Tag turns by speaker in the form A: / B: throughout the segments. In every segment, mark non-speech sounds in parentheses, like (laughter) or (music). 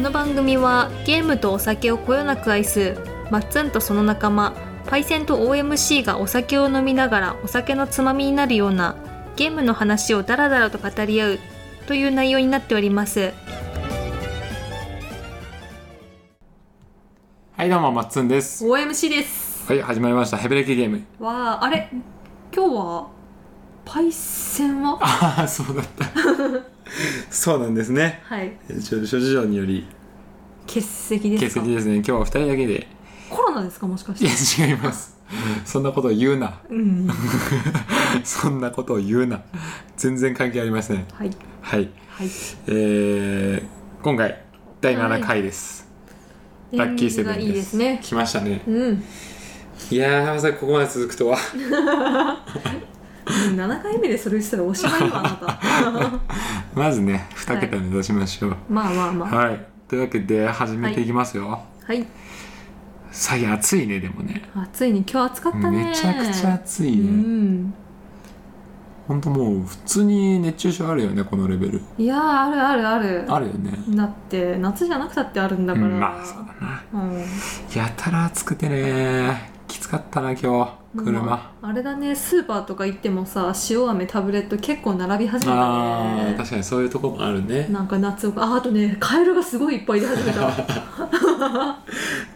A: の番組はゲームとお酒をこよなく愛すマッツンとその仲間パイセンと OMC がお酒を飲みながらお酒のつまみになるようなゲームの話をダラダラと語り合うという内容になっております
B: はいどうもまっつんです
A: OMC です
B: はい始まりましたヘブレケゲーム
A: わああれ今日はパイセンは
B: ああそうだったそうなんですね
A: はい
B: えちょ諸事情により
A: 欠席で
B: 欠
A: すか
B: 席ですね今日は2人だけで
A: コロナですかもしかし
B: い
A: て
B: や違いますそんなことを言うな
A: うん
B: (laughs) そんなことを言うな全然関係ありません
A: はい
B: はい
A: はい
B: えー、今回第7回です、ラッキーセブンです
A: いいですね
B: 来ましたね
A: うん
B: いやーまさかここまで続くとは
A: 7回目でそれしたらおしまいよあ
B: (laughs)
A: なた
B: まずね2桁目指しましょう
A: まあまあまあ
B: はい、というわけで始めていきますよ、
A: はい
B: 最近暑いねでもね
A: あついに今日暑かったね
B: めちゃくちゃ暑いね、
A: うん
B: ほんともう普通に熱中症あるよねこのレベル
A: いやーあるあるある
B: あるよね
A: だって夏じゃなくたってあるんだ
B: う
A: から、
B: んまあそうだな
A: うん
B: やたら暑くてねきつかったな今日車、
A: まああれだねスーパーとか行ってもさ塩飴タブレット結構並び始め
B: あー
A: たね
B: 確かにそういうとこもあるね
A: なんか夏をああとねカエルがすごいいっぱい出始め
B: (laughs)
A: た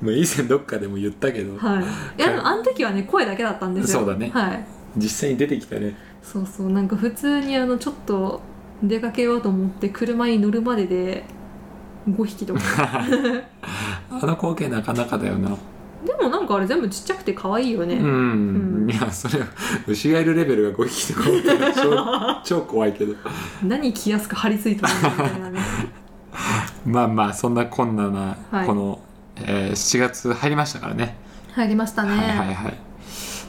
B: もう以前どっかでも言ったけど
A: はいいやでもあの時はね声だけだったんですよ
B: そうだね
A: はい
B: 実際に出てきたね
A: そうそうなんか普通にあのちょっと出かけようと思って車に乗るまでで5匹
B: (laughs)
A: とか
B: あの光景なかなかだよな
A: でもなんかあれ全部ちっちゃくて可愛いよね、
B: うん、
A: うん
B: いやそれは牛がいるレベルが5匹とか思ったら
A: (laughs)
B: 超超怖いけど
A: 何着やすく張り付いてるのみたいなね
B: まあまあそんなこんなな、
A: はい
B: この、えー7月入りましたからね
A: (laughs) 入りましたね、
B: はいはいはい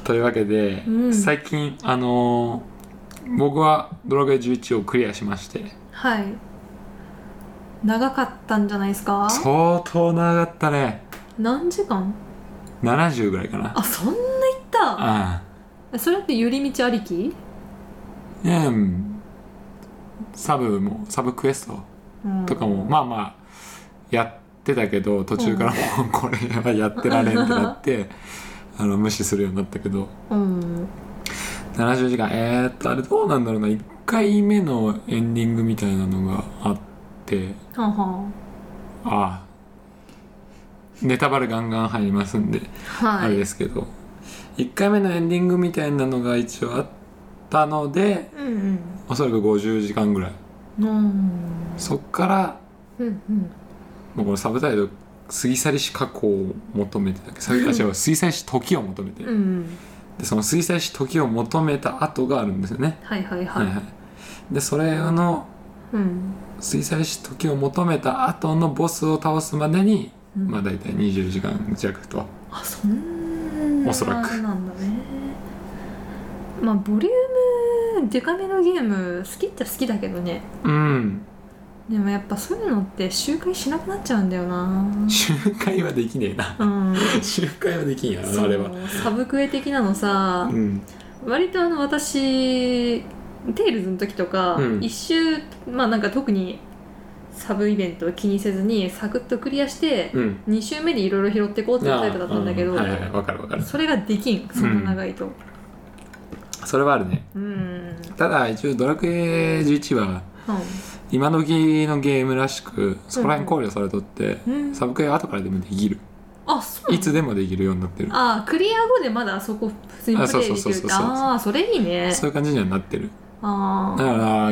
B: というわけで、
A: うん
B: 最近あのー僕は「ドラクエ11」をクリアしまして
A: はい長かったんじゃないですか
B: 相当長かったね
A: 何時間
B: 70ぐらいかな
A: あそんな行った
B: あ
A: それって寄り道ありき
B: あうんサブもサブクエスト
A: うん
B: とかも、まあまあやってたけど途中からもうこれはやってられんって
A: (laughs)
B: なってあの無視するようになったけど
A: うん
B: 70時間えー、っとあれどうなんだろうな1回目のエンディングみたいなのがあって
A: はんは
B: ああネタバレガンガン入りますんで、
A: ん
B: あ
A: は
B: れ
A: い
B: ですけど1回目のエンディングみたいなのが一応あったので
A: うん
B: おそらく50時間ぐらい
A: うんうん
B: そっから
A: うんうん
B: もうこのサブタイトル「過ぎ去りし過去を求めて」だっけさあ違う「過ぎ去りし時を求めて」
A: うん
B: でその「過ぎ去りし時を求めた後があるんですよね
A: はいはいは、
B: はいいはいでそれの
A: うん
B: 「過ぎ去りし時を求めた後のボスを倒すまでに、
A: うん
B: まあ大体20時間弱と
A: あそんな
B: おそらく
A: なんだねまあボリュームデカめのゲーム好きっちゃ好きだけどね
B: うん
A: でもやっぱそういうのって周回しなくなっちゃうんだよな
B: (laughs) 周回はできねえな
A: うん
B: 周回はできんや
A: そ
B: な
A: う
B: あれは
A: サブクエ的なのさ、
B: うん
A: 割とあの私テイルズの時とか、
B: うん
A: 一周まあなんか特にサブイベントを気にせずにサクッとクリアして、
B: うん
A: 2周目でいろいろ拾ってこうっていうタイプだったんだけど、
B: ああうんはいはいわかるわかる
A: それができんそんな長いと
B: それはあるね
A: うん
B: ただ一応ドラクエ11は今時のゲームらしくそこら辺考慮されとって、
A: うん
B: サブクエは後からでもできる、
A: あそう
B: いつでもできるようになってる
A: あクリア後でまだあそこ普通にプレイできるっ
B: あそうそうそうそう
A: て
B: そう
A: ああそれいいね
B: そういう感じにはなってる
A: あ
B: だ
A: あ
B: から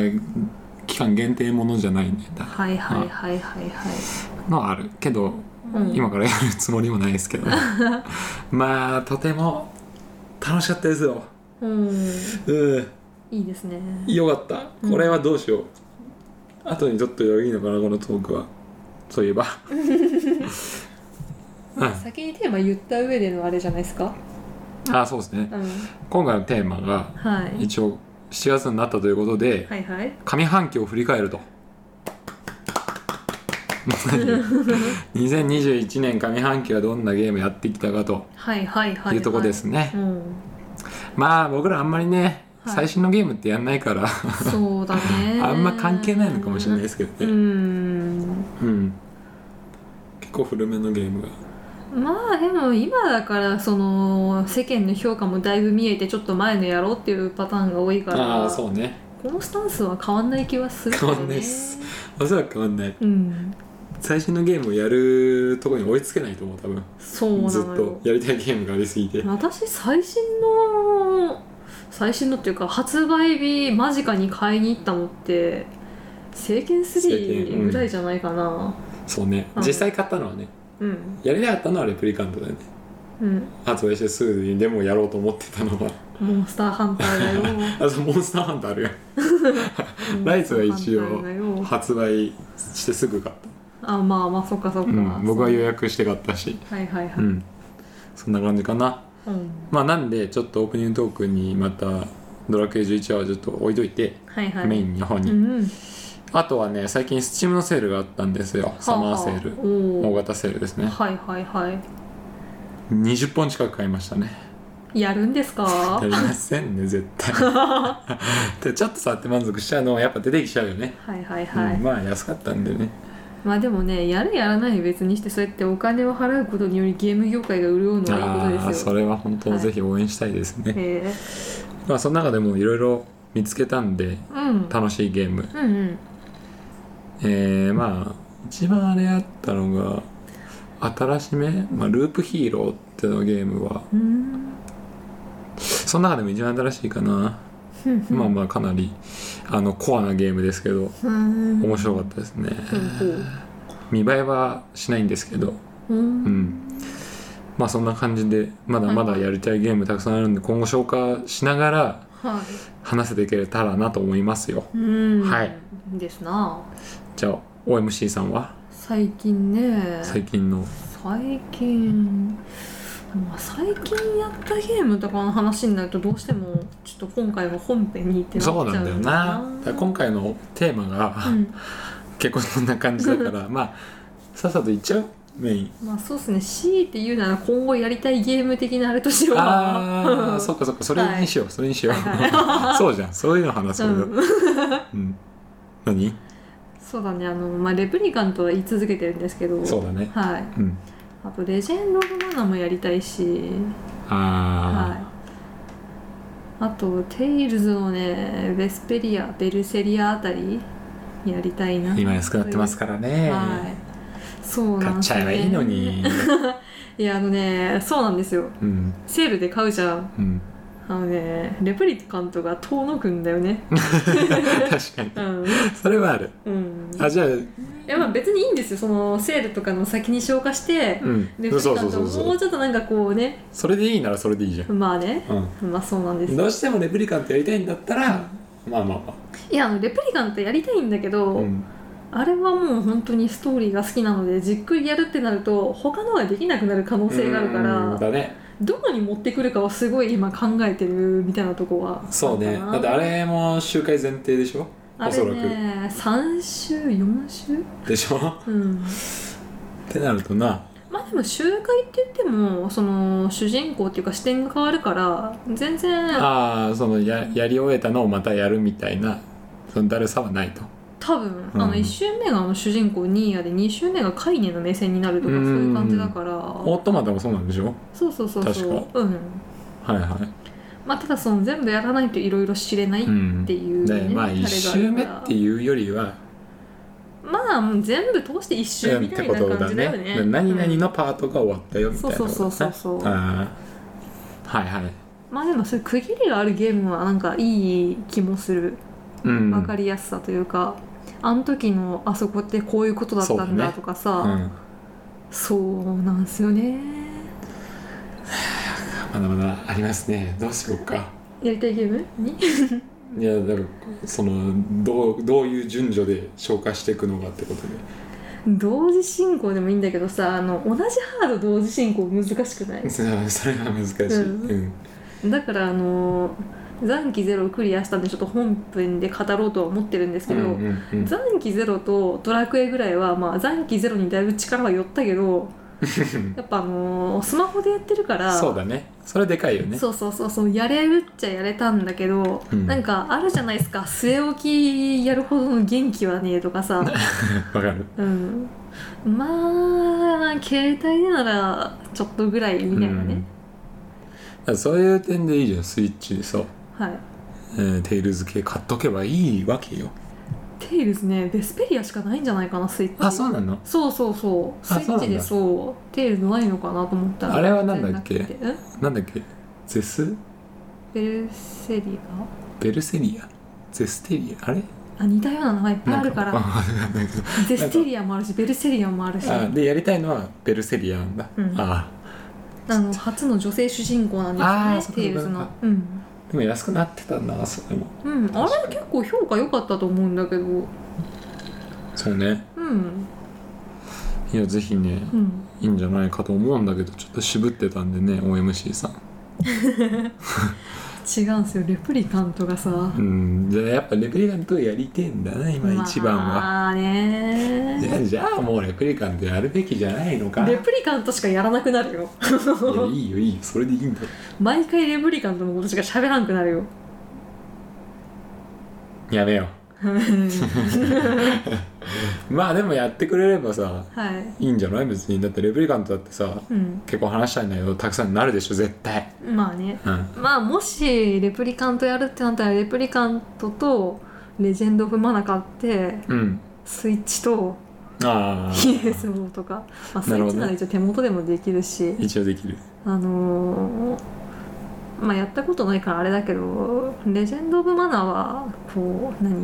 B: 期間限定ものじゃないんだ
A: はいはいはいはいはい
B: のはあるけど、
A: うん
B: 今からやるつもりもないで
A: (laughs)
B: すけどまあとても楽しかったですよ
A: うん
B: うん
A: いいですね
B: よかったこれはどうしよう、後にちょっといいのかなこのトークはそ
A: (laughs)
B: ういえばう
A: 先にテーマ言った上でのあれじゃないですか
B: んあそうですね
A: うん
B: 今回のテーマが
A: はい
B: 一応7月になったということで、
A: はいはい
B: 上半期を振り返ると
A: (laughs)
B: 2021年上半期はどんなゲームやってきたかと
A: はいはいはい
B: いうとこですね、
A: うん
B: まあ僕らあんまりね、
A: はい
B: 最新のゲームってやんないから、
A: そうだね
B: (laughs) あんま関係ないのかもしれないですけど
A: う
B: ね
A: ん
B: うん、結構古めのゲームが
A: まあでも今だからその世間の評価もだいぶ見えてちょっと前のやろうっていうパターンが多いから
B: ああーそうね
A: このスタンスは変わんない気はするけ
B: 変
A: どね
B: わんないっすおそらく変わんない
A: うん
B: 最新のゲームをやるとこに追いつけないと思う多分
A: そうな
B: ずっ
A: の
B: と
A: よ
B: やりたいゲームがありすぎて
A: 私最新の最新のっていうか発売日間近に買いに行ったのって「聖剣
B: 聖剣う
A: 3」
B: ん
A: ぐらいじゃないかな
B: そうね
A: うん
B: 実際買ったのはね
A: うん
B: やりなかったのはレプリカントだよね
A: うん、
B: あと私すぐにでもやろうと思ってたのは (laughs)
A: モンスターハンターだよ
B: あとモンスターハンターあるよライズは一応
A: モンスターハンターだよ
B: 発売してすぐ買った、
A: あまあまあそっかそっか、
B: うん、僕は予約して買ったし
A: はいはいは
B: う
A: い、
B: んそんな感じかな
A: うん
B: まあなんでちょっとオープニングトークにまた「ドラクエ11話」をちょっと置いといて、
A: はいはい
B: メインの方に、
A: うん、
B: あとはね最近 Steam のセールがあったんですよサマーセール、
A: はあはあ
B: 大
A: おー
B: 型セールですね
A: はいはいは
B: 20本近く買いましたね
A: いやるんです
B: や
A: か
B: りませんね絶
A: (laughs)
B: 対でちょっと触って満足しちゃうのはやっぱ出てきちゃうよね、
A: はいはいはい、
B: うん、まあ安かったんでね
A: まあでもねやるやらない別にしてそうやってお金を払うことによりゲーム業界が潤うのはいいこと
B: ああ
A: ですよ
B: それは本当
A: はい
B: ぜひ応援したいですね、
A: へえ
B: まあその中でもいろいろ見つけたんで
A: うん
B: 楽しいゲーム
A: うんうん
B: えー、まあ一番あれあったのが新しめ、まあ、ループヒーローってのゲームは
A: うん
B: その中でも一番新しいかな、まあまあかなりあのコアなゲームですけど
A: うん
B: 面白かったですね
A: うん
B: 見栄えはしないんですけど
A: う
B: うんんまあそんな感じでまだまだやりたいゲームたくさんあるんで今後消化しながら
A: は
B: 話せていけたらなと思いますよ
A: いうん
B: はい
A: ですな
B: じゃあ OMC さんは
A: 最近ね
B: 最近の
A: 最近まあ最近やったゲームとかの話になるとどうしてもちょっと今回は本編にってなっちゃ
B: そううなんだよなだから今回のテーマが、
A: うん
B: 結構そんな感じだか
A: (laughs)
B: らまあさっさと行っちゃうメイン
A: まあそうですね強いて言うなら今後やりたいゲーム的なあれとしては (laughs)
B: ああそっかそっかそれにしよう、それにしよう、
A: はい
B: (laughs) そうじゃんそういうの話そうよ、うん
A: うん
B: 何
A: そうだねあの、まあ、レプリカントは言い続けてるんですけど
B: そうだね
A: はい
B: うん
A: あと「レジェンド・オブ・マナ」もやりたいしはい
B: あ
A: あと「テイルズ」のね「ベスペリア」「ベルセリア」あたりやりたい
B: あ、
A: な
B: 今安くなってますからね、
A: はいそうな
B: 買
A: ん
B: っ
A: ですよ
B: ちゃ
A: ね
B: えばいいのに
A: いやあのねそうなんですよ
B: うん
A: セールで買うじゃん
B: うん
A: あのねレプリカントが遠のくんだよね
B: 確かに
A: うん
B: それはある
A: うん
B: あじゃあ
A: いやまあ別にいいんですよそのセールとかの先に消化して、
B: うん
A: で
B: そうそう
A: 普段と
B: そう
A: も
B: そうう
A: ちょっとなんかこうね
B: それでいいならそれでいいじゃん、
A: まあね
B: う
A: まあそうなんです
B: ん、
A: よ
B: どうしてもレプリカントやりたいんだったら、まあまあま
A: いやあのレプリカントやりたいんだけど、
B: あ、うん、
A: あれはもう本当にストーリーが好きなのでじっくりやるってなると他のはできなくなる可能性があるか
B: うん
A: ら
B: だね
A: どこに持ってくるかはすごい今考えてるみたいなとこは
B: そう
A: あっ
B: ね
A: たな
B: だってあれも集会前提でしょ
A: あ
B: おそ
A: れ
B: らく、
A: ね3週4週
B: でしょ
A: うん
B: ってなるとな
A: まあでも集会って言ってもその主人公っていうか視点が変わるから全然 (laughs)
B: ああそのややり終えたのをまたやるみたいなそのだるさはないと
A: 多分、
B: うん
A: あの1周目があの主人公ニーヤで2周目がカイネの目線になるとかそういう感じだから
B: オートマタもそうなんでしょ
A: そうそうそうそう
B: 確
A: うん
B: はいはい
A: まあただその全部やらないといろいろ知れないっ
B: うん
A: ていうね、
B: でまあ
A: 彼
B: 1
A: が
B: 周目って
A: う
B: いうよりは
A: まあもう全部通して1周みたいな感じだよね,、
B: うん何々のパートが終わったよみたいなことだね
A: そうそうそうそう
B: あーはいはい
A: まあでもそういう区切りがあるゲームはなんかいい気もする
B: うん
A: 分かりやすさというか、あの時のあそこってこういうことだったんだとかさ
B: うん、ま
A: そうなんですよね
B: だまだありますねどうしようか
A: やりたいゲームに
B: いやだからそのどうどういう順序で消化していくのかってことで (laughs)
A: 同時進行でもいいんだけどさあの同じハード同時進行難しくない
B: それはそれは難しい、
A: う
B: うん
A: だからあのー残機ゼロをクリアしたんでちょっと本編で語ろうとは思ってるんですけど、
B: うんうんうん (laughs)
A: 残機ゼロとドラクエぐらいは、まあ、残機ゼロにだいぶ力は寄ったけどやっぱもうスマホでやってるから
B: そうだねそれでかいよね
A: そうそうそうそうやれるっちゃやれたんだけど、
B: うん
A: なんかあるじゃないですか据え置きやるほどの元気はねえとかさ、
B: (laughs) わかる
A: うん、まあ携帯でならちょっとぐらいみたいな
B: うん
A: ね、
B: だからそういう点でいいじゃんスイッチでさ、
A: はい
B: えーテイルズ系買っとけばいいわけよ
A: テイルズねベスペリアしかないんじゃないかなスイッチ
B: あそうなの
A: そうそうそうスイ
B: あそうなん
A: ッ
B: だ
A: チでそうテイルズないのかなと思ったら
B: あれはなんだっけ
A: 全然なくてん
B: なんだっけゼス
A: ベルセリ
B: ベルセリアゼステリアあれ
A: アあ似たような名前いっぱいあるから
B: あなんか (laughs)
A: ゼステリアもあるしベルセリアもあるし
B: あでやりたいのはベルセリアなんだ、
A: うん
B: あ
A: あの初の女性主人公なん
B: あー
A: です
B: そ
A: よねテイ
B: っか
A: ルズ
B: そ
A: の
B: っか
A: うん、
B: ーでも安くなってたんだなそれも
A: うん、あれ結構評価良かったと思うんだけど
B: そうね
A: うん
B: いやぜひね
A: うん
B: いいんじゃないかと思うんだけどちょっと渋ってたんでね OMC さん
A: 違うんですよレプリカントがさ、
B: うんじゃあやっぱレプリカントやりてえんだな今一番は、
A: まあね (laughs)
B: じゃあじゃあもうレプリカントやるべきじゃないのかい
A: レプリカントしかやらなくなるよ (laughs)
B: やいいよいいよそれでいいんだよ
A: 毎回レプリカントのことしか喋らんくなるよ
B: やめよ
A: は
B: う (laughs) まあでもやってくれればさ
A: い
B: いいんじゃない別にだってレプリカントだってさ
A: うん
B: 結構話したいんだけどたくさんなるでしょ絶対
A: まあね
B: うん
A: まあもしレプリカントやるってなったらレプリカントとレジェンド・オブ・マナ買って
B: うん
A: スイッチと (laughs)
B: ああ
A: PSO とか、まあ、スイ
B: なる
A: ッ
B: ほど
A: チ
B: ね
A: なら一応手元でもできるし
B: 一応できる
A: あのーまあやったことないからあれだけど「レジェンド・オブ・マナー」はこう何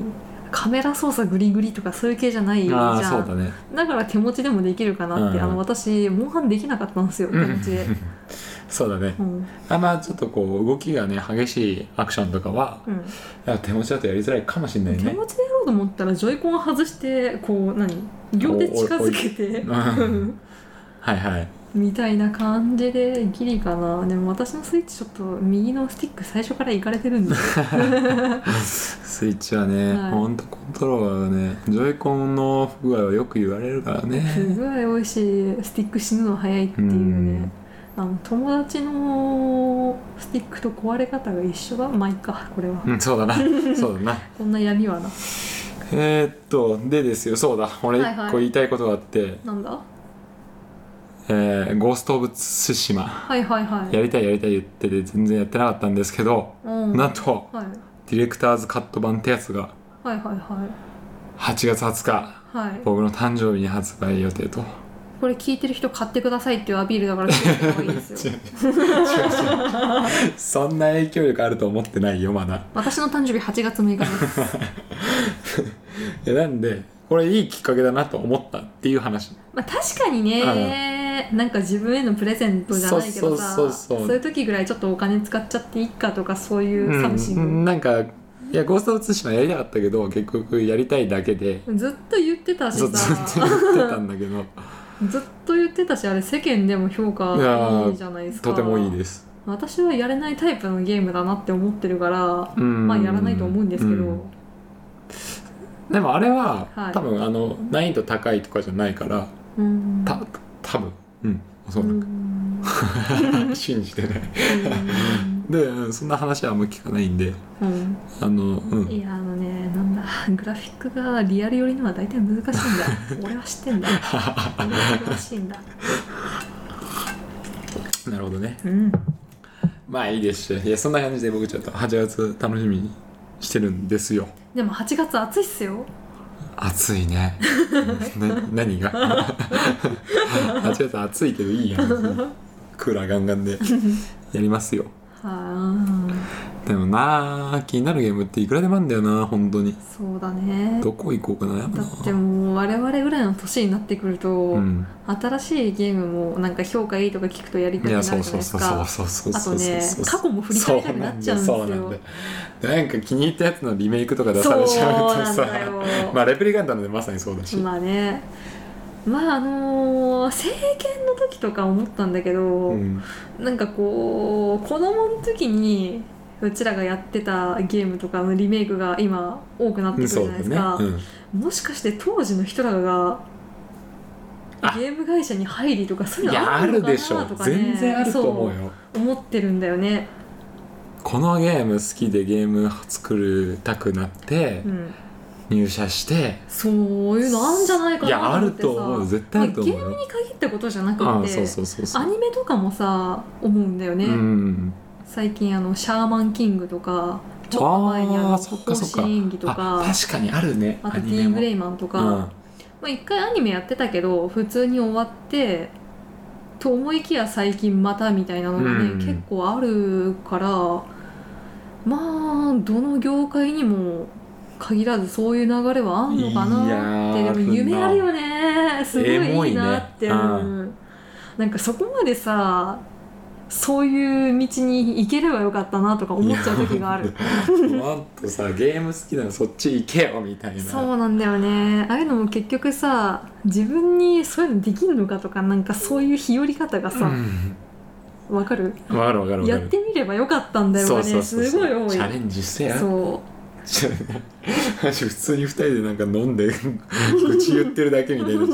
A: カメラ操作グリグリとかそういう系じゃないじゃ
B: ああ
A: ん
B: そうだね
A: だから手持ちでもできるかなって、
B: うん
A: あの私モンハンできなかったんですよ手
B: うん (laughs)
A: 持ちで、
B: そうだね
A: うん
B: あまあちょっとこう動きがね激しいアクションとかは
A: うん
B: あ手持ちだとやりづらいかもしれない
A: 手
B: ね
A: 持ちでやろうと思ったらジョイコン外してこう何両手近づけて
B: おいおいおい
A: うん
B: はいはい
A: みたいな感じでギリかなでも私のスイッチちょっと右のスティック最初からいかれてるんで
B: スイッチはね、
A: はい
B: ほんとコントローラーはねジョイコンの不具合はよく言われるから
A: す (laughs)
B: ね
A: ごい美味しいスティック死ぬの早いっていうねあの友達のスティックと壊れ方が一緒だまあいいかこれは、
B: うんそう
A: (laughs)
B: だなそうだな
A: こんな闇はな
B: えーっとでですよそうだ俺
A: はいはい
B: 一個言いたいことがあって、
A: なんだ
B: えーゴースト・オブ・ツシマ
A: はいはいはい
B: やりたいやりたい言ってて全然やってなかったんですけど、
A: うん
B: なんと
A: はい、
B: ディレクターズカット版ってやつが
A: はいはいは
B: 8月20日
A: いはい
B: 僕の誕生日に発売予定と
A: これ聞いてる人買ってくださいっていうアピールだから聞いてた方がいいです
B: (laughs)
A: よ
B: そんな影響力あると思ってないよまだ
A: 私の誕生日8月6日です
B: (laughs) えなんでこれいいきっかけだなと思ったっていう話
A: まあ確かにねなんか自分へのプレゼントじゃないけどさ
B: そうそうそうそう
A: いう時ぐらいちょっとお金使っちゃっていいかとかそういうサムシ
B: う
A: ン
B: んなんかいやゴースト・オブ・ツシマやりたかったけど結局やりたいだけで
A: グずっと言ってたし
B: ず
A: さ
B: っと言ってたんだけど
A: ずっと言ってたしあれ世間でも評価
B: いやー
A: いいじゃないですか
B: とてもいいです
A: 私はやれないタイプのゲームだなって思ってるから
B: ま
A: まあやらないと思うんですけど、
B: でもあれは、
A: はい
B: 多分あの難易度高いとかじゃないから
A: うん
B: た多分うんそう
A: う
B: なんんか、 (laughs) 信じてない
A: うん
B: でうんそんな話はあんま聞かないんで
A: うん
B: あのうん
A: いやあのねなんだ (laughs) グラフィックがリアル寄りのは大体難しいん
B: (laughs)
A: だ俺は知ってんだ俺は詳しいんだ
B: なるほどね
A: うん
B: まあいいですしいやそんな感じで僕ちょっと8月楽しみにしてるんですよ
A: でも8月暑いっすよ
B: 暑いねな何が (laughs) 8月暑いけどいいやんクーラーガンガンでやりますよ
A: は
B: でもなあ気になるゲームっていくらでもあるんだよな本当に
A: あそうだね
B: どこ行こうかなやっぱ
A: だ
B: な
A: ってもう我々ぐらいの年になってくると、
B: うん
A: 新しいゲームもなんか評価いいとか聞くとやりた
B: い
A: くな
B: や
A: るじゃ
B: そ
A: ないうで
B: そうそ
A: す
B: うそう
A: か
B: そうそ
A: あと
B: うそうそう
A: ね
B: そう
A: 過去も振り返りたくなっちゃうんですよ
B: そうなんだよなんか気に入ったやつのリメイクとか出されちゃうと
A: そうなんだよ
B: さまあレプリカントなんでまさにそうだし、
A: まあねまああのー政権の時とか思ったんだけど、
B: うん、
A: なんかこう子供の時にうちらがやってたゲームとかのリメイクが今多くなってくるじ
B: そ
A: ゃ
B: う
A: ない
B: だ
A: です
B: ね
A: か、
B: うん
A: もしかして当時の人らがゲーム会社に入りとかそうい
B: いう
A: の
B: や
A: あ
B: あ
A: る
B: る
A: のか
B: でし
A: な
B: ょ
A: とかね
B: 全然あると思うよ
A: そう思ってるんだよね
B: このゲーム好きでゲーム作りたくなって
A: うん
B: 入社して、
A: そういうのあるんじゃないか
B: いや
A: な
B: あ
A: と思
B: る
A: ってさ
B: と思う絶対あると思う
A: まあゲーム
B: よ
A: に限ったことじゃな
B: あ
A: く
B: あ
A: て
B: そうそうそうそう
A: アニメとかもさ思うんだよね、
B: うん
A: 最近あのシャーマンキングとかちょっと前にあの
B: あーそっかそっか
A: 方針演技とか
B: あ確かにあるね
A: あ
B: ア
A: とデ
B: ニ
A: ィ
B: メ
A: ーン・
B: も
A: グレイマンとか、
B: う
A: ま
B: ん
A: あ、一回アニメやってたけど普通に終わってと思いきや最近またみたいなのがね、
B: うん
A: 結構あるからまあどの業界にも限らずそういう流れはあんのか
B: いや
A: なって
B: ー
A: でも夢あるよねすごいいいなって、
B: エモいね
A: うんなんかそこまでさそういう道に行ければよかったなとか思っちゃう時がある
B: もっとさゲーム好きならそっち行けよみたいな
A: そうなんだよねああいうのも結局さ自分にそういうのできるのかとかなんかそういう日和方がさ
B: う
A: わ、
B: ん
A: かる
B: わかるわかるわか
A: や
B: る
A: ってみればよかったんだよね
B: そうそうそうそう
A: すごい多い
B: チャレンジしてや (laughs)
A: そ
B: 普通に二人でなんか飲んで (laughs) 愚痴言ってるだけみたいな
A: う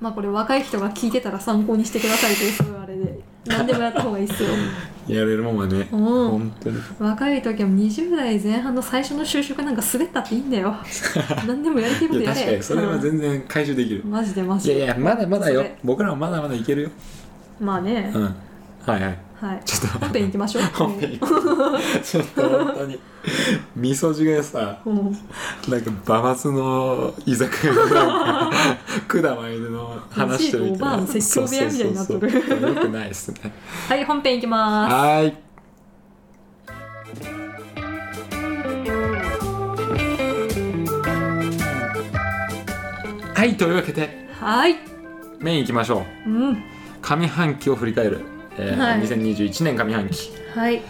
A: まあこれ若い人が聞いてたら参考にしてくださいというそういうあれで何でもやった方がいいっす
B: (laughs)
A: よ、
B: やれるもんはね
A: うん、
B: 本当に
A: 若い時は20代前半の最初の就職なんか滑ったっていいんだ
B: (laughs)
A: よ何でもやりたいこと
B: い
A: や
B: や
A: れ
B: 確かにそれは全然回収できる
A: マジでマ
B: い
A: ジ
B: やい
A: で
B: やまだまだよ
A: それ
B: 僕らもまだまだいけるよ
A: まあね、
B: うんはいはい
A: はい
B: ちょっと
A: 本編行きましょう
B: (laughs) 本編ちょっと本当に味噌汁がさ
A: うん
B: なんかバマスの居酒屋のなんか管前での話してるみたいな
A: おばあの説教部屋みたいになっとる
B: そうそうそうそうよくないですね
A: はい本編いきます
B: はーいはいというわけで
A: はい。
B: メインいきましょう
A: うん。
B: 上半期を振り返る、えー
A: はい
B: 2021年上半期、
A: はい。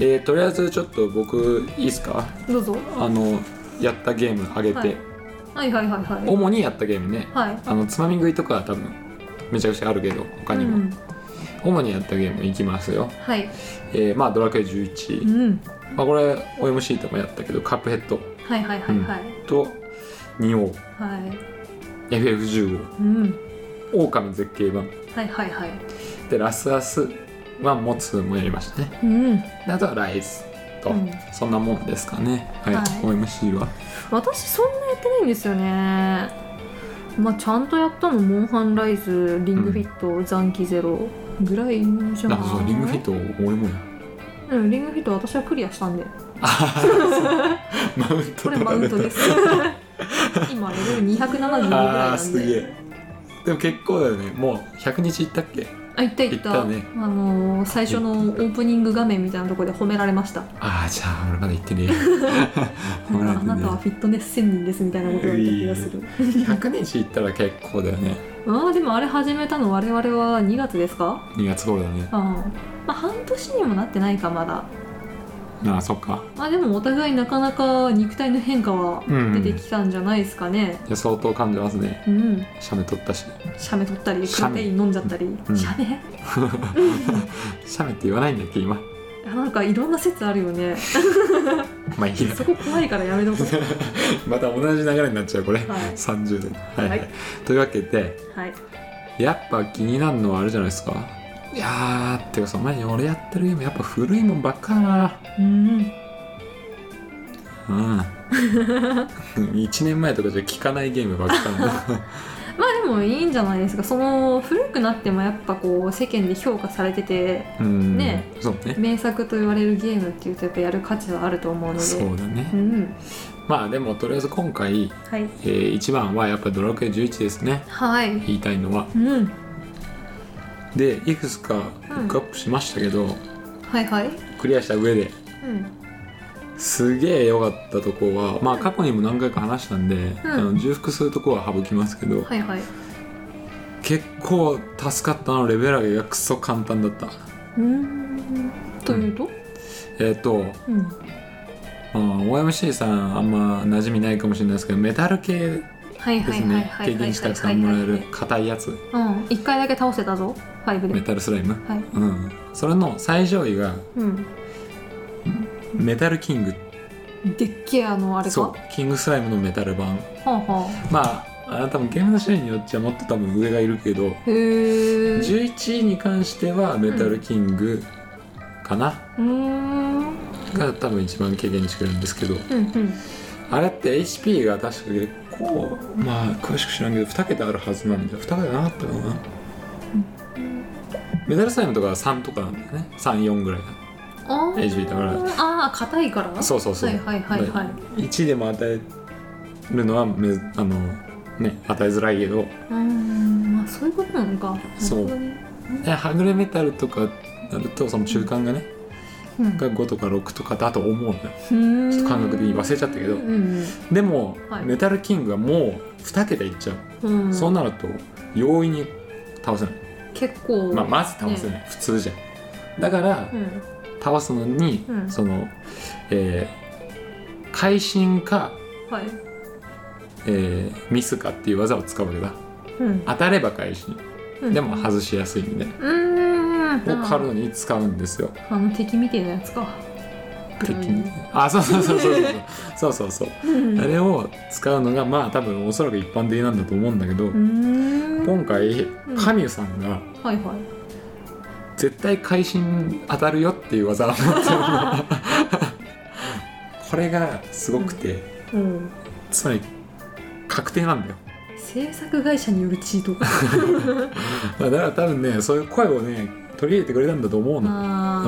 B: えーとりあえずちょっと僕いいですか
A: どうぞ。
B: あのやったゲームあげて、
A: はいはいはいはいはい。
B: 主にやったゲームね
A: はい。
B: あのつまみ食いとかは多分めちゃくちゃあるけど他にも、
A: うん。
B: 主にやったゲームいきますよ、
A: はい。
B: えーまあドラクエ
A: う
B: 11、
A: ん。
B: まあ、これ OMC ともやったけどカップヘッド
A: はいはいはいはい。
B: と仁王
A: はい。
B: FF15
A: うん。
B: 狼絶景版
A: はいはいはい。
B: でラスアス1も2もやりましたね
A: うん。
B: であとはライズと、
A: うん
B: そんなもんですかねはい、
A: はい
B: OMC は
A: 私そんなやってないんですよね。まあちゃんとやったのモンハンライズ、リングフィット、残機ゼロぐらいじゃない。
B: あそうリングフィット俺
A: (laughs)
B: もや
A: ト。うん、リングフィット私はクリアしたんで。
B: マウント
A: これマウントです。 (laughs) 今レベル272ぐらい
B: あ
A: な
B: あ
A: ん
B: すげ
A: で。
B: えでも結構だよねもう100日行ったっけ
A: あ、行った行った。
B: 行ったね
A: あのー最初のオープニング画面みたいなところで褒められました。
B: ああじゃあ俺まだ行ってねえ (laughs) よ
A: な
B: 褒
A: ん
B: め
A: からあ
B: れて
A: な
B: ね
A: たはフィットネス専人ですみたいなことだった気がする。
B: え100日行ったら結構だよね
A: ああでもあれ始めたの我々は2月ですか？
B: 2月頃だね
A: うん。まあ半年にもなってないかまだ。
B: ああそっか
A: まあでもお互いなかなか肉体の変化は
B: うん
A: 出てきたんじゃないですかね。
B: いや相当感じますね
A: うん。
B: シャメ取ったし
A: シャメ取ったりプ
B: シャ
A: ロ
B: メ
A: テイン飲んじゃったり。
B: うん
A: シャメ？
B: シャメって言わないんだっけ今
A: あなんかいろんな説あるよね。
B: まあいいや
A: そこ怖いからやめとこう。
B: (laughs) また同じ流れになっちゃうこれ、
A: はい
B: 30年はい、
A: はい
B: というわけで
A: はい。
B: やっぱ気になるのはあるじゃないですかいやーってかその前に俺やってるゲームやっぱ古いもんばっかだな
A: うん。
B: うん (laughs) 1年前とかじゃ聞かないゲームばっか
A: (laughs)
B: なんだ
A: まあでもいいんじゃないですか。その古くなってもやっぱこう世間で評価されてて。
B: うん
A: ね
B: そうね
A: 名作と言われるゲームっていうとやっぱやる価値はあると思うので
B: そうだね、
A: ん
B: まあでもとりあえず今回、
A: はい
B: えー、一番はやっぱドラクエ11ですね
A: はい
B: 言いたいのは
A: うん
B: でいくつかピックアップしましたけど、
A: はいはい
B: クリアした上で
A: うん
B: すげえ良かったとこはまあ過去にも何回か話したんで、あの重複するとこは省きますけど、
A: はいはい
B: 結構助かったのレベル上げがクソ簡単だった
A: うんというと
B: えっ、と、
A: うん
B: まあ、OMC さんあんま馴染みないかもしれないですけどメタル系で
A: はいはい
B: す
A: はい
B: ね
A: はいはい
B: 経
A: はい
B: 験値たく
A: は
B: さ
A: い
B: んも
A: は
B: ら
A: い
B: える硬いやつ
A: うん一回だけ倒せたぞファイブ
B: メ
A: で
B: タルスライム
A: はい
B: うんそれの最上位が
A: うん
B: メタルキング
A: でっけえあのあれか
B: そうキングスライムのメタル版
A: はあは
B: まああ多分ゲームの種類によっちゃもっと多分上がいるけど
A: へえう
B: 11位に関してはメタルキングかな、
A: ーんうん
B: が多分一番軽減にしてくれるんですけど
A: うん
B: あれって HP が確か結構まあ詳しく知らんけど2桁あるはずなんだよ2桁なかったかな、メダルサイムとかは3とかなんだよね34ぐらいだ
A: あー
B: HP だから
A: あー硬いから
B: そうそうそう
A: はいはいはいはい
B: 1でも与えるのはめあのね与えづらいけど
A: うーんまあそういうことなのか
B: そう
A: なるほどね
B: えはぐれメタルとかなるとその中間がね
A: うん
B: が5とか6とかだと思うんだよ
A: ち
B: ちょっと感覚的に忘れちゃったけど
A: うん
B: でも、
A: はい
B: メタルキングはもう2桁いっちゃう、
A: うんうん、
B: そうなると容易に倒せない、
A: 結構、
B: まあ、まず倒せない、普通じゃんだから、
A: うん、
B: 倒すのに、
A: うん
B: そのえー、会心か、
A: はい、
B: えーミスかっていう技を使うわけだ
A: うん
B: 当たれば会心
A: うん、
B: でも外しやすいんで、
A: うーん
B: を狩るのに使うんですよ
A: あの敵みたいなやつか
B: 敵にあそうそうそうそうそうそうそうそう
A: うん
B: あれを使うのがまあ多分おそらく一般的なんだと思うんだけど、
A: うーん
B: 今回
A: ん
B: 神ミさんが
A: はいはい
B: 絶対会心当たるよっていう技を持ってるのこれがすごくて、
A: うん
B: つまり確定なんだよ
A: 制作会社によるチート
B: だから多分ねそういう声をね取り入れてくれたんだと思うの、
A: あ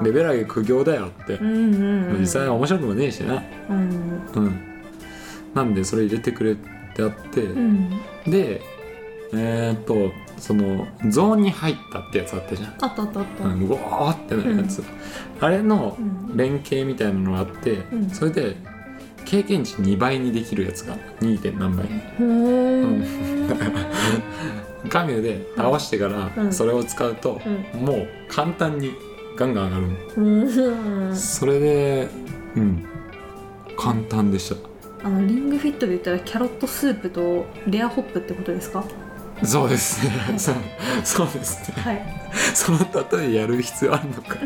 A: ー
B: うん、レベル上げ苦行だよって
A: う、んうんうん
B: 実際は面白くもねえしな
A: うん
B: うんなんでそれ入れてくれてあって、
A: うん
B: でえー、っとそのゾーンに入ったってやつあったじゃん
A: あったあったあった
B: うん、うわーってなるやつ、あれの
A: うん
B: 連携みたいなのがあって、
A: ん
B: それで経験値2倍にできるやつが 2. 点何倍
A: ほー
B: うんガミュで倒してか
A: う
B: ら
A: ん
B: それを使うと、もう簡単にガンガン上がる
A: う
B: の、
A: ん
B: それでうん簡単でし
A: あのリングフィットで言ったらキャロットスープとレアホップってことですか
B: たそ
A: (laughs)
B: うですねそうそうですね
A: はい
B: その例えやる必要あるのか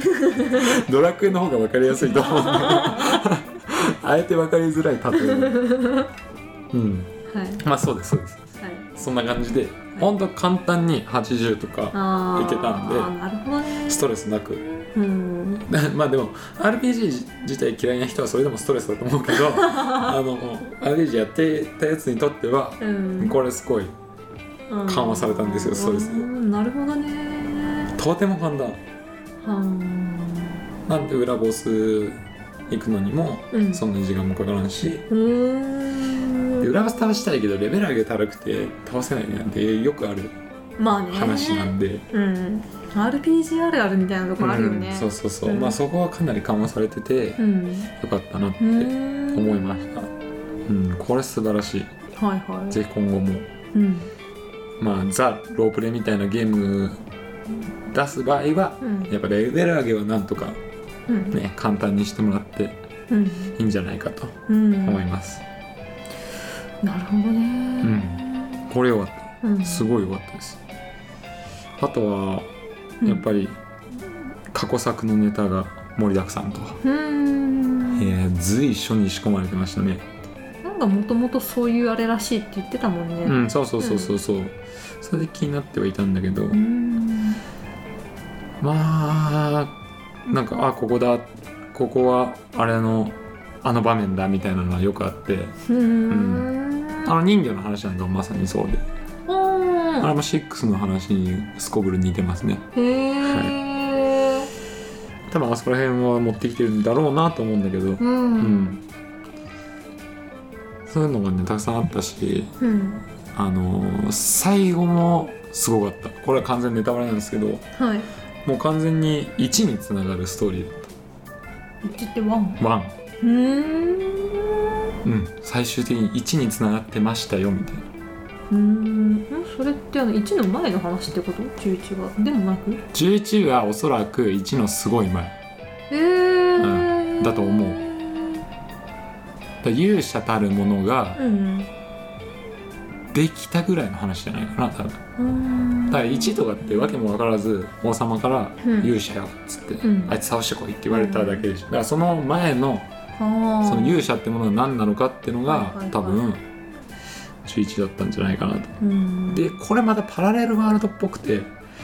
B: (laughs) ドラクエの方が分かりやすいと思
A: (laughs)
B: うんだけどあえて分かりづらい例えうん
A: はい
B: まあそうですそうです
A: はい
B: そんな感じで本当簡単に80とか
A: あー
B: いけたんで
A: なるほどね
B: ストレスなく (laughs)
A: うん
B: まあでも RPG 自体嫌いな人はそれでもストレスだと思うけ
A: (laughs)
B: どあの RPG やってたやつにとっては
A: うん
B: これすごい緩和されたんですよ
A: うん
B: ストレスで
A: うんなるほどね
B: とても簡単
A: うん
B: なんで裏ボス行くのにも
A: うん
B: そんなに時間もかからんし、
A: うー
B: で
A: ん
B: 裏ボス倒したいけどレベル上げたらくて倒せないなんてよくある
A: まあね
B: 話なんで、
A: うん、RPG あるあるみたいなところあるよね、
B: うんそうそうそう、
A: うん
B: まあそこはかなり緩和されててよ
A: うん
B: かったなって
A: う
B: 思
A: ん
B: いましたうんこれ素晴らしい
A: はいはい
B: ぜひ今後も
A: うん
B: まあザ・ロープレみたいなゲーム出す場合は
A: うん
B: やっぱレベル上げはなんとか
A: うん
B: ね簡単にしてもらって
A: うん
B: いいんじゃないかと
A: うん
B: 思います、
A: なるほどね
B: これよかっ
A: うん、
B: たすごいよかったですあとはやっぱり過去作のネタが盛りだくさんと、
A: うん
B: えー随所に仕込まれてましたね
A: なんかもともとそういうあれらしいって言ってたもんね
B: うんそうそうそうそうそうそれで気になってはいたんだけど、
A: うん
B: まあなんかあここだここはあれのあの場面だみたいなのはよくあって
A: う
B: あ
A: ん
B: の人魚の話なんかもまさにそうであれ
A: あ
B: も6の話にすこぶる似てますね
A: へえ
B: 多分あそこら辺は持ってきてるんだろうなと思うんだけど
A: う
B: うんんそういうのがねたくさんあったし
A: うん
B: あのー最後もすごかったこれは完全ネタバレなんですけど
A: はい
B: もう完全に1につながるストーリー
A: 1ってワン
B: 1
A: うーん
B: うん、最終的に1につながってましたよみたいな
A: うんそれってあの1の前の話ってこと11はでもなく
B: 11はおそらく1のすごい前
A: えー
B: うんだと思うだ勇者たるものが
A: うん
B: できたぐらいの話じゃないかな多分だか
A: うん
B: ら1とかってわけも分からず王様から
A: うん
B: 勇者よっつって、
A: うん
B: あいつ倒してこいって言われただけでしょだからその前の
A: あー
B: その勇者ってものが何なのかっていうの
A: はいはい
B: が
A: はい
B: 多分11だったんじゃないかなと
A: うん
B: でこれまたパラレルワールドっぽくて
A: う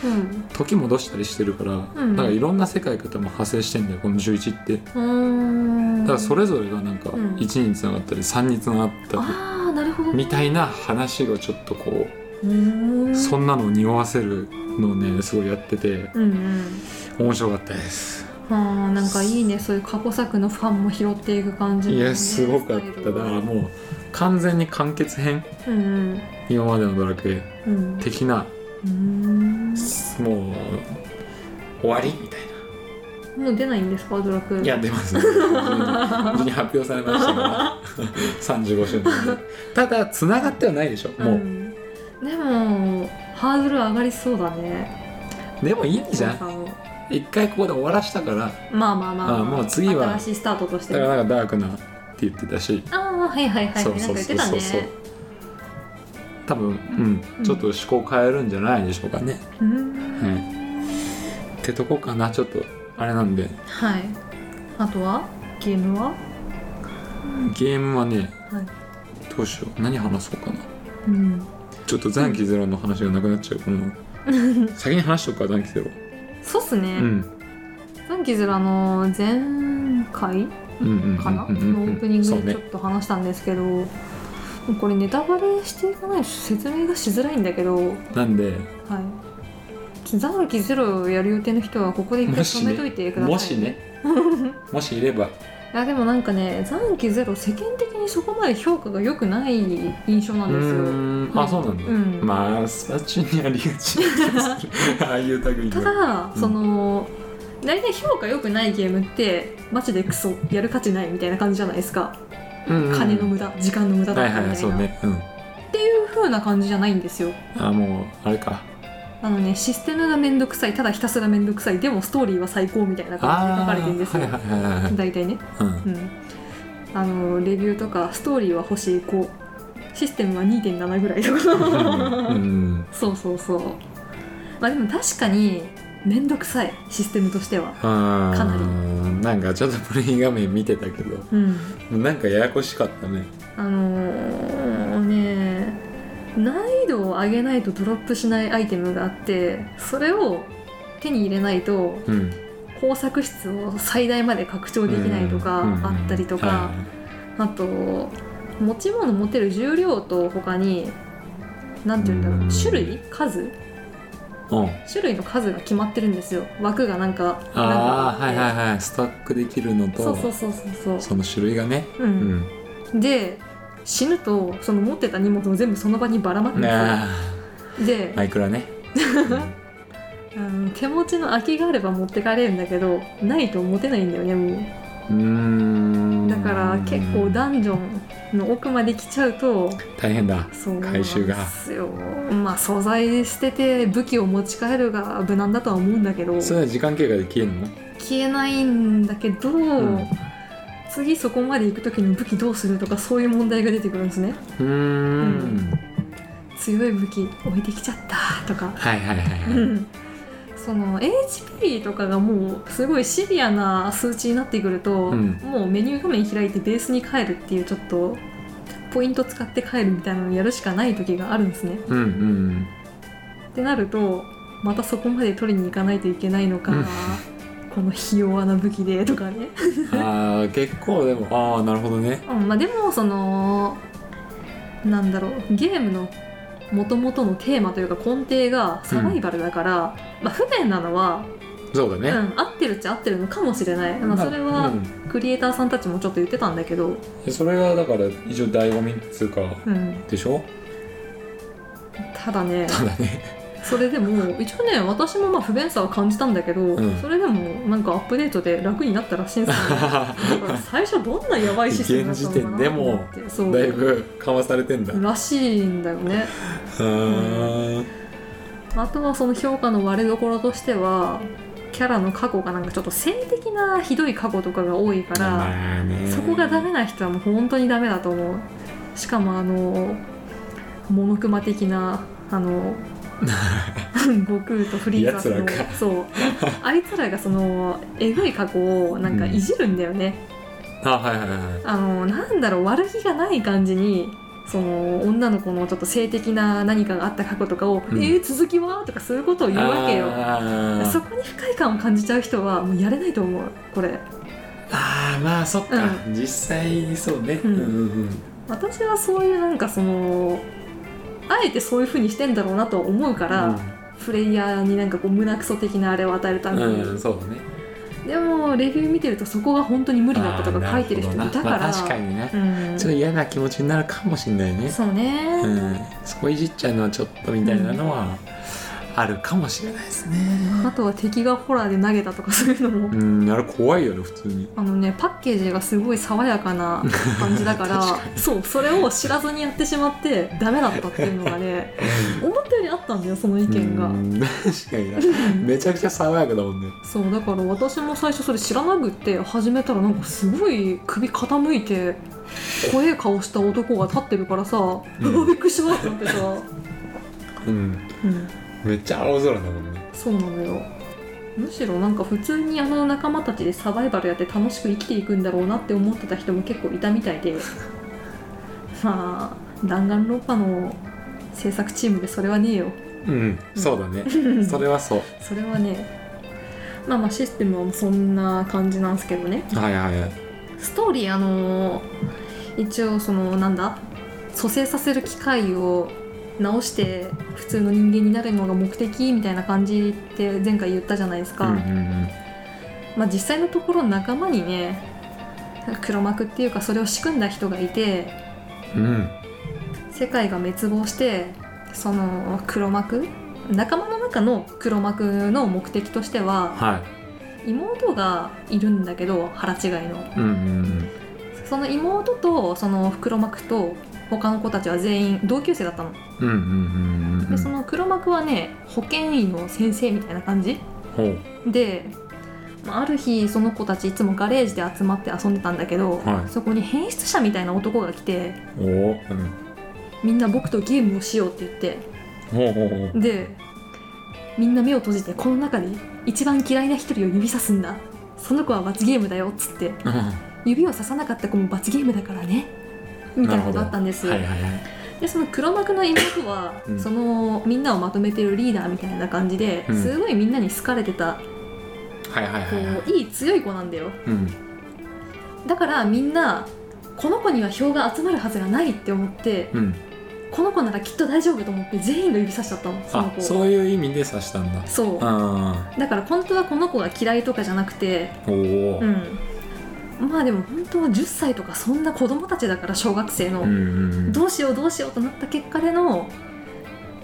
A: ん
B: 時戻したりしてるから、
A: ん
B: なんかいろんな世界観も派生してんだよこの11ってだ
A: うーん
B: からそれぞれがなんか
A: うん
B: 1につながったり3につながったり
A: ああなるほどね
B: みたいな話がちょっとこ
A: うー
B: うんそんなのを匂わせるのをねすごいやってて
A: うんうん
B: 面白かったです
A: ああなんかいいねそういう過去作のファンも拾っていく感じのね
B: いやすごかっ
A: スタイ
B: た
A: ル
B: だからもう完全に完結編
A: うん
B: 今までのドラクエ
A: うんうん
B: 的な
A: うーん
B: もう終わりみたい
A: もう出ないんですかドラクエ
B: ないや出ますね無事に発表されましたから (laughs) 35周年でただ繋がってはないでしょもう、
A: んでもハードル上がりそうだね
B: でもいいんじゃん
A: なんかもう
B: 一回ここで終わらしたから
A: まあまあまあ、
B: あーもう次は
A: 新しいスタートとして
B: だからなんかダークなって言ってたし
A: ああはいはいはい
B: そうそうそう
A: なんか言っ
B: そう
A: て
B: そう
A: たね
B: 多分
A: う
B: うんんちょっと思考変えるんじゃないでしょうかね、
A: うーん
B: ってとこかなちょっとあれなんで
A: はいあとはゲームは
B: ゲームはね
A: はい
B: どうしよう何話そうかな
A: うん
B: ちょっと残機ゼロの話がなくなっちゃう
A: (laughs)
B: この先に話しとくか残機ゼロ
A: そうっす
B: う
A: ね、
B: ん
A: ザンキズラの前回
B: うんうんうん
A: かな、
B: うんうん
A: のオープニング
B: そう
A: で
B: ね
A: ちょっと話したんですけど、もうこれネタバレしていかないと説明がしづらいんだけど、は
B: なんで
A: い、ザンキズラをやる予定の人はここで一回
B: もし
A: 止
B: ね
A: めといてください
B: もし
A: (laughs)
B: ねもしいれば
A: いやでもなんかね残機ゼロ世間的にそこまで評価が良くない印象な
B: うん
A: ですよ。
B: ーんあそうなんだ、
A: うん
B: まあスパチにありが
A: (laughs)
B: ちな気がするああいう類
A: た
B: は
A: だ、
B: うん
A: その大体評価良くないゲームってマジでクソやる価値ないみたいな感じじゃないですか、
B: うんうん
A: 金の無駄時間の無駄だっ
B: はい
A: たみたな、
B: はいいはいそうねうん
A: っていう風な感じじゃないんですよ
B: あもうあれか
A: あのねシステムがめんどくさいただひたすらめんどくさいでもストーリーは最高みたいな感じで書かれてるんですよ、
B: あーはいはいはいはい、
A: 大体ね、
B: うん、
A: うん、あのレビューとかストーリーは星5システムは2.7ぐらいとか、
B: うん、
A: そうそうそうまあでも確かにめんどくさいシステムとしては
B: か
A: なり
B: なんかちょっとプレイ画面見てたけど
A: うん
B: なんかややこしかったね
A: あのー、ね難易度を上げないとドロップしないアイテムがあってそれを手に入れないと
B: うん
A: 工作室を最大まで拡張できないとか
B: うん
A: あったりと
B: は
A: か、あと持ち物持てる重量と他に何て言うんだろ
B: う
A: うん種類数
B: いはいうん
A: 種類の数が決まってるんですよ枠がなんか
B: あ
A: な
B: あは
A: ん
B: い
A: か
B: は
A: っ
B: いはいスタックできるの
A: て
B: と
A: そうそうそうそうそ
B: その種類がね
A: う、う
B: うんん、
A: で死ぬとその持ってた荷物を全部その場にばらまくん
B: ね
A: で
B: あ
A: すよで、
B: マイクラね
A: あの手持ちの空きがあれば持ってかれるんだけどないと持てないんだよねもう
B: うーん
A: だから結構ダンジョンの奥まで来ちゃうと
B: 大変だ
A: そうなん
B: 回収が
A: ですよまあ素材捨てて武器を持ち帰るが無難だとは思うんだけど
B: それは時間経過で消えるの
A: 消えないんだけど、
B: ん
A: 次そこまで行く時に武器どうするとかそういう問題が出てくるんですね
B: うーん
A: 強い武器置いてきちゃったとか
B: はいはいはいは
A: う
B: い
A: んその HP とかがもうすごいシビアな数値になってくると、
B: うん
A: もうメニュー画面開いてベースに変えるっていうちょっとポイント使って変えるみたいなのをやるしかない時があるんですね。
B: うんうん
A: ってなるとまたそこまで取りに行かないといけないのか、
B: うん
A: このひ弱な武器でとかね。
B: ああ結構でもああなるほどね
A: うん (laughs) まあ、でもそのなんだろうゲームのもともとのテーマというか根底がサバイバルだから、まあ、不便なのは
B: そうだね、
A: うん、合ってるっちゃ合ってるのかもしれない、まあ、それ
B: う
A: は
B: ん
A: クリエイターさんたちもちょっと言ってたんだけど、
B: でそれがだから一応醍醐味っつうか
A: うん、
B: でしょ
A: ただね
B: ただね
A: それでも一応ね私もまあ不便さは感じたんだけど、
B: うん
A: それでもなんかアップデートで楽になったらしいんですよねだから最初どんなやばいシステムだったのかなと思ってそう
B: だいぶ緩和されてんだう
A: らしいんだよね
B: ーん
A: あとはその評価の割れどころとしてはキャラの過去がなんかちょっと性的なひどい過去とかが多いから、
B: まあね
A: そこがダメな人はもう本当にダメだと思うしかもあのモノクマ的なあ (laughs) の悟空とフリーザ
B: や
A: の
B: つらか
A: そうあいつらがそのえぐい過去をなんかいじるんだよね、
B: あはいはいはい
A: あのなんだろう悪気がない感じにその女の子のちょっと性的な何かがあった過去とかを「
B: うん
A: えー、続きは?」とかそういうことを言うわけよ
B: あー
A: そこに不快感を感じちゃう人はもうやれないと思うこれ
B: あーまあそっか、実際そうね、
A: うん
B: うんうん
A: 私はそういうなんかそのあえてそういうふうにしてんだろうなと思うから、プレイヤーになんかこう胸クソ的なあれを与えるた
B: うん
A: めに、
B: うんそうだね
A: でもレビュー見てるとそこが本当に無理だったと
B: あ
A: か
B: ー
A: 書いてる人い
B: な
A: た
B: ほ
A: か
B: どな
A: ら、
B: まあ確かにね、
A: うん
B: ちょっと嫌な気持ちになるかもしれないね
A: そうね、
B: うん、そこいじっちゃうのはちょっとみたいなのはあるかもしれないですね。
A: あとは敵がホラーで投げたとかそういうのも、
B: うん、あれ怖いよね普通に。
A: あのねパッケージがすごい爽やかな感じだから
B: (laughs) 確か
A: そうそれを知らずにやってしまってダメだったっていうのがね思ったよりあったんだよその意見が
B: う。ん確かになめちゃくちゃ爽やかだもんね。
A: (laughs) そうだから私も最初それ知らなくって始めたらなんかすごい首傾いて怖え顔した男が立ってるからさ、うわ (laughs) びっくりしたってなってさ、
B: うん、
A: うん、
B: めっちゃ青空だもんね。
A: そうなのよむしろなんか普通にあの仲間たちでサバイバルやって楽しく生きていくんだろうなって思ってた人も結構いたみたいでまあ弾丸論破の制作チームでそれはねえよ
B: うん、そうだね。
A: (laughs)
B: それはそう。
A: それはねまあまあシステムはそんな感じなんですけどね
B: はいはいはい。
A: ストーリーあのー一応そのなんだ蘇生させる機械を直して普通の人間になるのが目的みたいな感じって前回言ったじゃないです
B: う
A: か、
B: んうん
A: まあ実際のところ仲間にね黒幕っていうかそれを仕組んだ人がいて
B: うん。うん。
A: 世界が滅亡してその黒幕仲間の中の黒幕の目的としては
B: は
A: 妹がいるんだけど腹違いの
B: い。うんうん
A: その妹とその黒幕と他の子たちは全員同級生だったの、
B: うん。うんうんうんうんう
A: で
B: ん。
A: その黒幕はね保健医の先生みたいな感じ
B: ほう。
A: でまあある日その子たちいつもガレージで集まって遊んでたんだけど、
B: はい
A: そこに変質者みたいな男が来て
B: おお。うん。
A: みんな僕とゲームをしようって言って
B: ほうほうほう。
A: でみんな目を閉じてこの中で一番嫌いな一人を指さすんだその子は罰ゲームだよっつって
B: うん
A: 指をささなかった子も罰ゲームだからねみたいなことあったんです
B: はいはいはい。
A: でその黒幕の妹は、
B: うん
A: そのみんなをまとめてるリーダーみたいな感じで、
B: うん
A: すごいみんなに好かれてた
B: はいはいはいはい
A: こ。ういい強い子なんだよ
B: うん。
A: だからみんなこの子には票が集まるはずがないって思って
B: うん。
A: この子ならきっと大丈夫と思って全員が指さしちゃったのその
B: あ、
A: 子を
B: そういう意味で刺したんだ。
A: そう
B: あ
A: だから本当はこの子が嫌いとかじゃなくて
B: あ。おお。
A: うんまあでも本当は10歳とかそんな子供たちだから小学生の、
B: うんうんうん
A: どうしようどうしようとなった結果での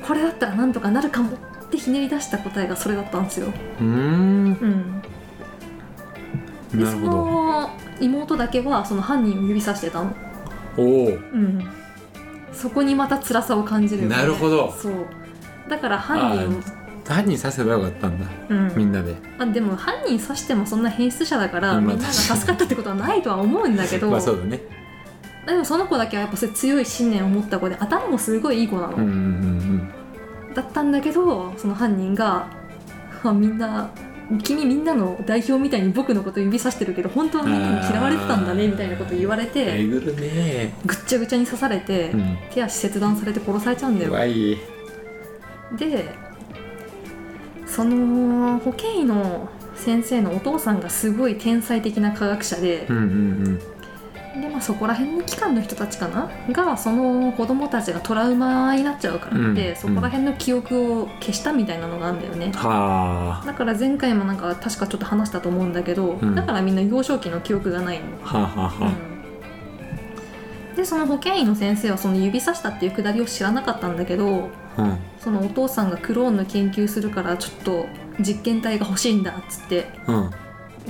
A: これだったらなんとかなるかもってひねり出した答えがそれだったんですよ、
B: うーん
A: うん、で
B: な
A: そ
B: るほど
A: の妹だけはその犯人を指さしてたの、
B: おお
A: うん、そこにまた辛さを感じるよね
B: なるほど
A: そうだから犯人を
B: 何に刺せばよかったんだ
A: うん
B: みんなで
A: まあ、でも犯人刺してもそんな変質者だから、
B: うんまあ
A: みんなが助かったってことはないとは思うんだけど、
B: まあそうだね
A: でもその子だけはやっぱそういう強い信念を持った子で頭もすごいいい子なの、
B: うんうん
A: だったんだけどその犯人があみんな君みんなの代表みたいに僕のこと指さしてるけど本当はあなたに嫌われてたんだね
B: あー
A: みたいなこと言われ
B: うんえ
A: て
B: ぐるね
A: ぐっちゃぐちゃに刺されて、
B: うん
A: 手足切断されて殺されちゃうんだよ
B: 怖い
A: でその保健医の先生のお父さんがすごい天才的な科学者で
B: うんうん
A: で、まあ、そこら辺の機関の人たちかながその子供たちがトラウマになっちゃうからって、
B: うん
A: そこら辺の記憶を消したみたいなのがあるんだよね、
B: はあ
A: だから前回もなんか確かちょっと話したと思うんだけど、
B: ん
A: だからみんな幼少期の記憶がないの、
B: はあはあはあ
A: うんでその保健医の先生はその指さしたっていうくだりを知らなかったんだけど
B: うん
A: そのお父さんがクローンの研究するからちょっと実験体が欲しいんだっつって
B: うん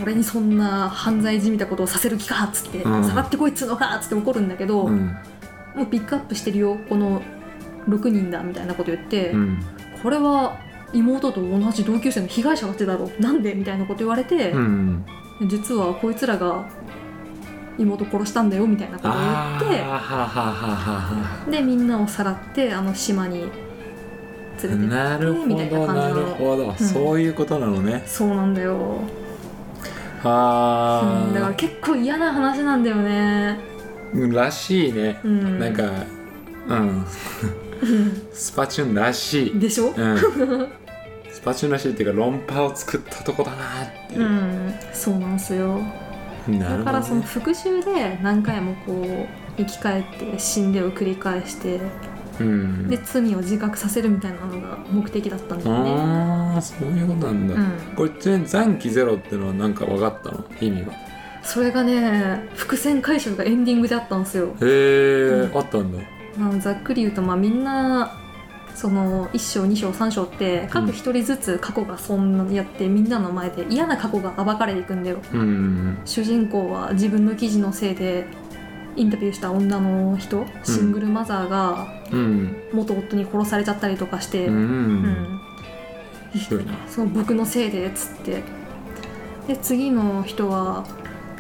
A: 俺にそんな犯罪じみたことをさせる気かっつって、
B: うん
A: さらってこいっつうのかっつって怒るんだけど、
B: うん
A: もうピックアップしてるよこの6人だみたいなこと言って、
B: うん
A: これは妹と同じ同級生の被害者が手だろなんでみたいなこと言われて、
B: うん
A: 実はこいつらが妹殺したんだよみたいなことを
B: あー
A: 言
B: はあはあはあは
A: ってでみんなをさらってあの島に
B: あ
A: 連れて
B: なるほ
A: みたいな
B: ど
A: 感じ
B: な
A: の
B: るほどそういうことなのね
A: そうなんだよ
B: は
A: うんだから
B: あ
A: 結構嫌な話なんだよね
B: らしいね
A: うん
B: なんかうんスパチューンらし
A: (laughs)
B: い、
A: でしょ
B: うん、スパチューンらしいっていうか論破を作ったとこだなっていう
A: う、んそうなんすよ
B: な
A: だ
B: る
A: からそ
B: ほど
A: の
B: ね
A: 復讐で何回もこう生き返って死んでを繰り返して
B: うん
A: で罪を自覚させるみたいなのが目的だったんだよね
B: ああそういうことなんだ、
A: うん
B: これちなみに残機ゼロってのはなんか分かったの意味が
A: それがね伏線回収がエンディングであったんですよ
B: へえ、
A: うん
B: あったんだ
A: まあざっくり言うとまあみんなその1章2章3章って
B: う
A: 各
B: ん
A: 1人ずつ過去がそんなやってみんなの前で嫌な過去が暴かれていくんだよ
B: うん
A: 主人公は自分の記事のせいでインタビューした女の人シングルマザーが
B: うん
A: 元夫に殺されちゃったりとかして、
B: うん、
A: うん
B: ひどいな
A: その僕のせいでっつってで次の人は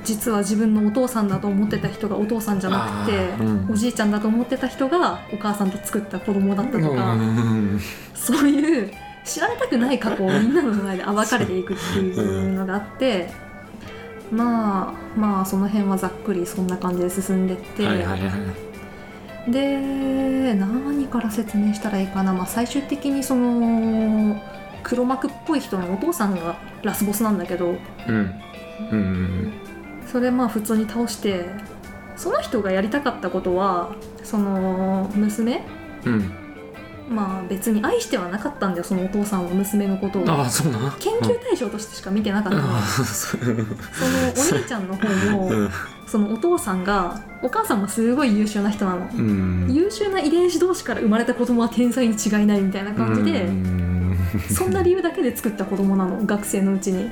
A: 実は自分のお父さんだと思ってた人がお父さんじゃなくて、
B: あーうん
A: おじいちゃんだと思ってた人がお母さんと作った子供だったとか、
B: うん
A: そういう知られたくない過去をみんなの前で暴かれていくっていうのがあって、まあまあその辺はざっくりそんな感じで進んでって、
B: はいはいはい
A: で何から説明したらいいかな、まあ、最終的にその黒幕っぽい人のお父さんがラスボスなんだけど
B: うんうん
A: それまあ普通に倒してその人がやりたかったことはその娘
B: うん
A: まあ別に愛してはなかったんだよそのお父さんは娘のことを
B: ああそうなん
A: 研究対象としてしか見てなかったの、
B: ああそう
A: そのお兄ちゃんの方も、
B: うん
A: そのお父さんがお母さんもすごい優秀な人なの、
B: うん
A: 優秀な遺伝子同士から生まれた子供は天才に違いないみたいな感じで、
B: うん
A: そんな理由だけで作った子供な
B: (laughs)
A: の学生のうちに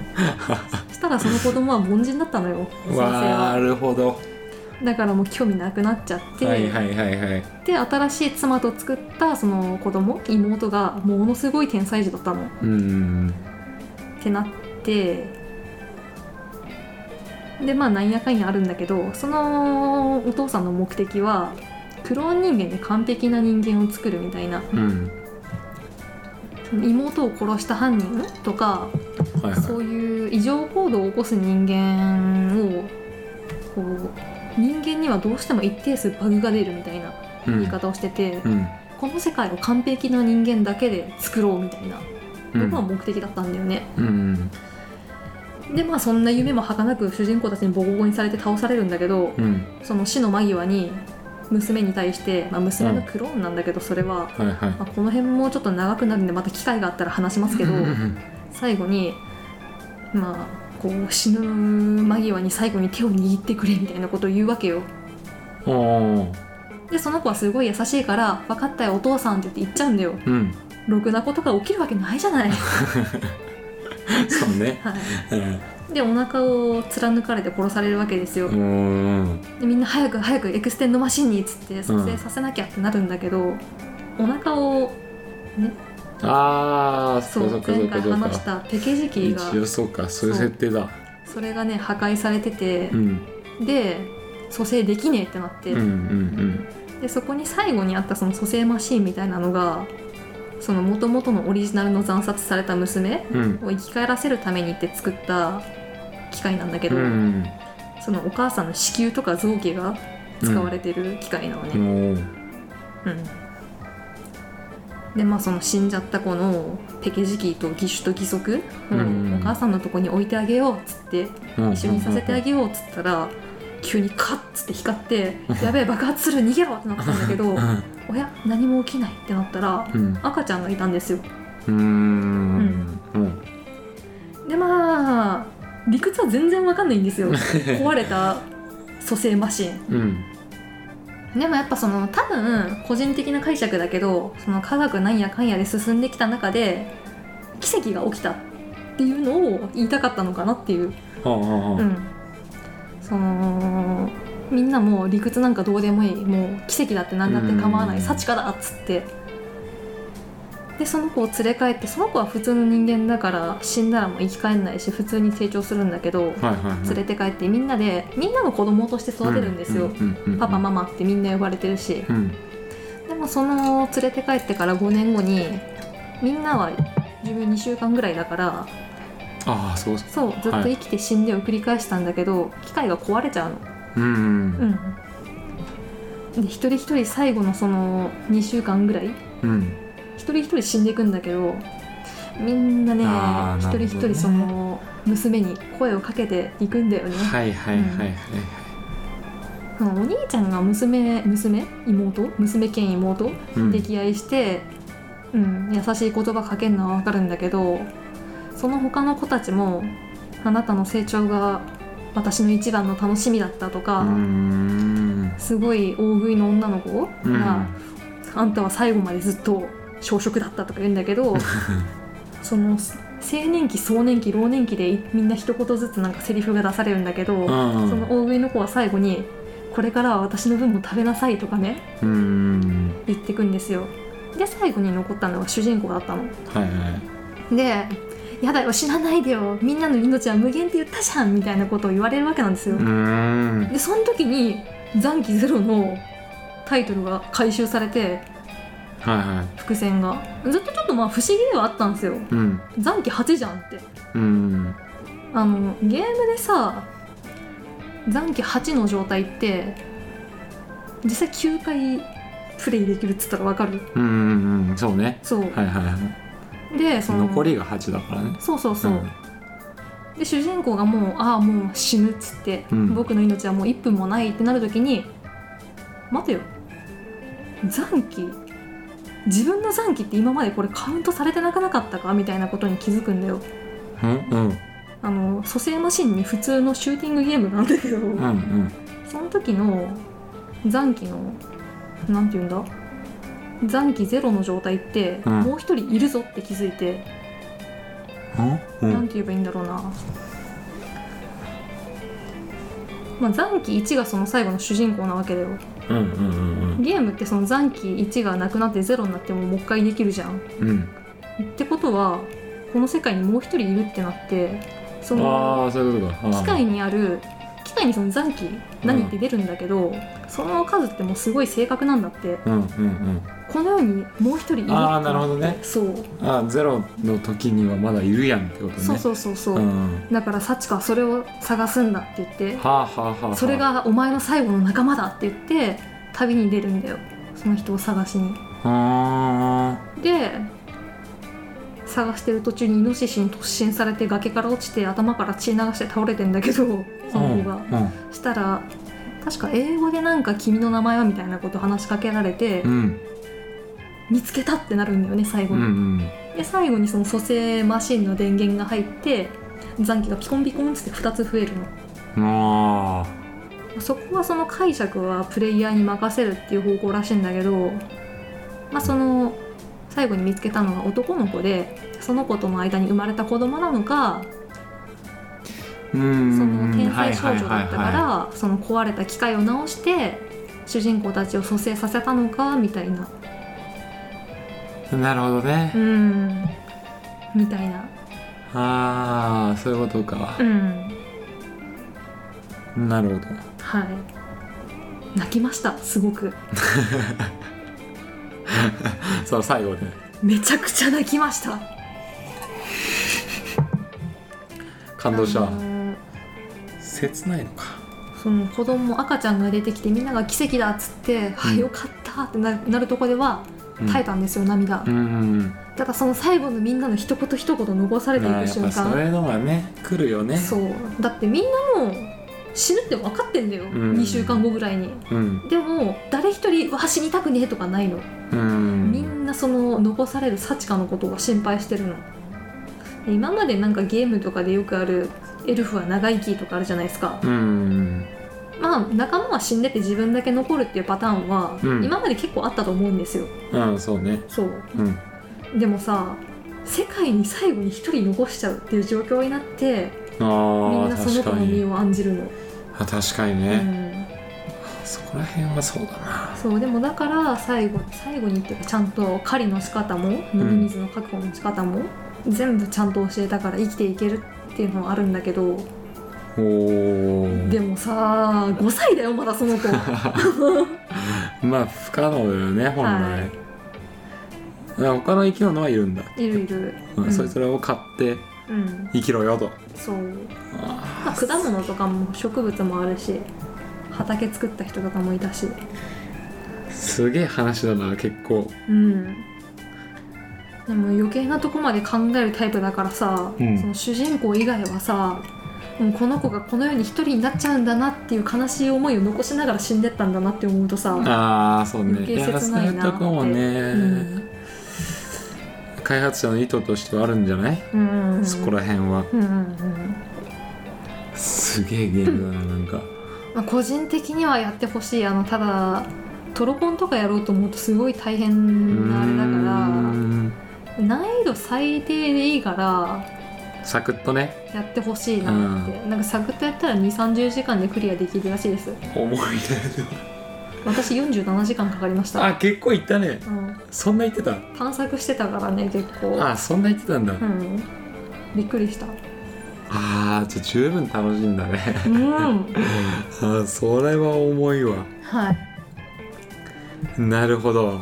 A: そしたらその子供は凡人だったのよ先生
B: (laughs) わーな
A: は
B: るほど
A: だからもう興味なくなっちゃって、
B: はいはいはいはい
A: で新しい妻と作ったその子供妹がものすごい天才児だったのっ
B: うん
A: てなってでまあなんやかんやあるんだけどそのお父さんの目的はクローン人間で完璧な人間を作るみたいな
B: うん
A: その妹を殺した犯人とか
B: はい
A: そ
B: は
A: ういう異常行動を起こす人間をこう人間にはどうしても一定数バグが出るみたいない
B: うん
A: 言い方をしてて、
B: うん
A: この世界を完璧な人間だけで作ろうみたいな
B: う
A: の
B: ん
A: が目的だったんだよね、
B: うん
A: でまあそんな夢も儚く主人公たちにボコボコにされて倒されるんだけど、
B: うん
A: その死の間際に娘に対して、まあ、娘のクローンなんだけどそれは、
B: はいはい
A: まあ、この辺もちょっと長くなるんでまた機会があったら話しますけど。
B: うん
A: 最後にまあこう死ぬ間際に最後に手を握ってくれみたいなことを言うわけよ
B: おー
A: でその子はすごい優しいから「分かったよお父さん」って言って言っちゃうんだよ
B: うん
A: ろくなことが起きるわけないじゃない、は
B: そうね
A: い、でお腹を貫かれて殺されるわけですよ
B: うん
A: でみんな早く早くエクステンドマシンにっつって撮影させなきゃってなるんだけど、お腹を
B: ああ
A: そ
B: そううかそ
A: 前
B: う
A: 回
B: かそう
A: 話
B: か
A: したペケ時期が
B: 一応そうかそういう設定だ
A: それがね破壊されてて
B: う、ん
A: で蘇生できねえってなっ
B: う
A: て、
B: んうん
A: でそこに最後にあったその蘇生マシーンみたいなのがその元々のオリジナルの惨殺された娘
B: うんうん
A: を生き返らせるためにって作った機械なんだけど、
B: うん
A: そのお母さんの子宮とか臓器が使われてる機械なの
B: う
A: ね、
B: んお
A: うんでまあその死んじゃった子のペケ時期と義手と義足を
B: うん
A: お母さんのとこに置いてあげようっつって
B: ー
A: 一緒にさせてあげようっつったら急にカッつって光
B: (laughs)
A: ってやべえ爆発する逃げろってなったんだけどおや何も起きないってなったら
B: うん
A: 赤ちゃんがいたんですよ
B: うんうん
A: でまあ理屈は全然わかんないんですよ壊れた蘇生マシン
B: うん
A: でもやっぱその多分個人的な解釈だけどその科学なんやかんやで進んできた中で奇跡が起きたっていうのを言いたかったのかなっていう、
B: ああ
A: うん、そのみんなもう理屈なんかどうでもいいもう奇跡だって何だって構わな
B: う
A: い
B: ん
A: 幸かだっつってでその子を連れ帰ってその子は普通の人間だから死んだらもう生き返んないし普通に成長するんだけど
B: はいはいはい
A: 連れて帰ってみんなでみんなの子供として育てるんですよ、
B: うんうんうん
A: パパママってみんな呼ばれてるし
B: うん
A: でもその連れて帰ってから5年後にみんなは自分2週間ぐらいだから
B: ああそうそ
A: そうずっと生きて死んでを繰り返したんだけど機械が壊れちゃうの
B: ううん
A: うん一人一人最後のその2週間ぐらい
B: うん
A: 一人一人死んでいくんだけどみんなね
B: あー
A: 一
B: なるほど
A: 人
B: ね
A: 一人その娘に声をかけていくんだよね、
B: はいはいはいはいはい
A: そのお兄ちゃんが娘娘妹娘兼妹
B: うん
A: 溺愛して、うん優しい言葉かけるのは分かるんだけどその他の子たちもあなたの成長が私の一番の楽しみだったとか、
B: うーん
A: すごい大食いの女の子が、
B: うん
A: あんたは最後までずっと小食だったとか言うんだけ
B: (laughs)
A: どその青年期壮年期老年期でみんな一言ずつなんかセリフが出されるんだけど、
B: うん
A: その大食いの子は最後に「これからは私の分も食べなさい」とかね
B: うーん
A: 言ってくんですよで最後に残ったのが主人公だったの
B: はいはい
A: で「やだよ死なないでよみんなの命は無限って言ったじゃん」みたいなことを言われるわけなんですよ、
B: うーん
A: でその時に「残機ゼロ」のタイトルが回収されて
B: はいはい
A: 伏線がずっとちょっとまあ不思議ではあったんですよ
B: うん
A: 残機8じゃんって
B: うん
A: あのゲームでさ残機8の状態って実際9回プレイできるっつったらわかる
B: うんうんうんそうね
A: そう、
B: はいはいはい
A: でその
B: 残りが8だからね
A: そうそうそう、で主人公がもうああもう死ぬっつって、
B: うん
A: 僕の命はもう1分もないってなる時に待てよ残機自分の残機って今までこれカウントされてなくなかったかみたいなことに気づくんだよ
B: うんうん
A: あの蘇生マシンに普通のシューティングゲームなんだけど、
B: うんうん
A: その時の残機のなんて言うんだ残機ゼロの状態って、
B: うん
A: もう一人いるぞって気づいて、
B: う
A: なん
B: ん
A: て言えばいいんだろうな、まあ、残機1がその最後の主人公なわけだよ
B: うんうんうん
A: ゲームってその残機1がなくなって0になってももう一回できるじゃん
B: うんうん
A: ってことはこの世界にもう一人いるってなってその
B: ああそういうことか
A: 機械にある機械にその残機何って出るんだけど、その数ってもうすごい正確なんだって
B: うんうんうん
A: この世にもう一人いるって
B: あ
A: な
B: あ
A: って
B: なるほどね
A: そう
B: あーゼロの時にはまだいるやんってことね
A: そうそうそうそう、
B: ん、は
A: だから幸子はそれを探すんだって言って
B: あ、はあはあはあ、
A: それがお前の最後の仲間だって言って旅に出るんだよその人を探しに
B: あ
A: で探してる途中にイノシシに突進されて崖から落ちて頭から血流して倒れてんだけど
B: ー
A: その子が、
B: う
A: したら確か英語でなんか「君の名前は?」みたいなこと話しかけられて、
B: んうん
A: 見つけたってなるんだよね最後
B: うん
A: に、
B: うん
A: で最後にその蘇生マシンの電源が入って残機がピコンピコンっつって2つ増えるの
B: うんあ
A: そこはその解釈はプレイヤーに任せるっていう方向らしいんだけど、まあ、その最後に見つけたのが男の子でその子との間に生まれた子供なのか
B: ーうん
A: その天才少
B: はい
A: 女
B: はい
A: だったからその壊れた機械を直して主人公たちを蘇生させたのかみたいな
B: はいはいなるほどね、
A: うんみたいな
B: ああそういうことか
A: う、ん
B: なるほど
A: はい泣きましたすごく
B: その最後で
A: めちゃくちゃ泣きました
B: 感動し
A: あ
B: た
A: のー
B: 切ないのか
A: その子供赤ちゃんが出てきてみんなが奇跡だっつって、はあよかったってななるとこでは耐えたんですよ、涙
B: うんうん
A: ただその最後のみんなの一言一言残さ
B: あ
A: れてい
B: ー
A: く
B: やっ
A: 瞬
B: ぱそう
A: 間
B: いうのがね来るよね
A: そううだってみんなもう死ぬって分かってんだよ、
B: ん
A: 2週間後ぐらいに
B: うん
A: でも誰一人は死にたくねえとかないの、
B: うん
A: みんなその残される幸かのことが心配してるの今までなんかゲームとかでよくあるエルフは長生きとかあるじゃないですか、
B: うん
A: まあ、仲間は死んでて自分だけ残るっていうパターンは、
B: うん
A: 今まで結構あったと思うんですよ
B: うんそうね
A: そう
B: うん
A: でもさ世界に最後に一人残しちゃうっていう状況になってみ
B: あ
A: ん
B: あ
A: なその子
B: 確か
A: の身
B: に
A: を案じるの、
B: あ確かに
A: う
B: ね、
A: ん、
B: そこら辺はそうだな
A: そうでもだから最後最後にっていうかちゃんと狩りの仕方も飲み水の確保の仕方も、全部ちゃんと教えたから生きていけるっていうのはあるんだけど
B: おお
A: でもさ5歳だよまだその子 (laughs)
B: まあ不可能だよね本来、
A: はい
B: 他の生き物はいるんだ、
A: いるいる
B: うん
A: うん
B: それそれを買って
A: うん
B: 生きろよと
A: そう
B: あ
A: まあ、果物とかも植物もあるし畑作った人とかもいたし
B: ーすげえ話だな結構
A: うんでも余計なとこまで考えるタイプだからさ、
B: うん
A: その主人公以外はさもうこの子がこの世に一人になっちゃうんだなっていう悲しい思いを残しながら死んでったんだなって思うとさ、
B: ああそうね
A: 余計切ないなって
B: やそういうとこもね、
A: うん
B: 開発者の意図としてはあるんじゃない、
A: うんうん、
B: そこら辺は
A: うんうんうん
B: すげえゲームだななんか
A: まあ、個人的にはやってほしいあのただトロコンとかやろうと思うとすごい大変なあれだか
B: だ
A: ら難易度最低でいいから
B: からサクッとね
A: やってほしいなって、なんかサクッとやったら2 3 0時間でクリアできるらしいです
B: 重いね
A: 私47時間かかりました、
B: あ結構いったね
A: うん、
B: そんな言ってた
A: 探索してたからね結構
B: あそんな言ってたんだ、
A: うんびっくりした
B: ああじゃあ十分楽しいんだね
A: うん
B: (laughs) あーそれは重いわ
A: はい
B: なるほど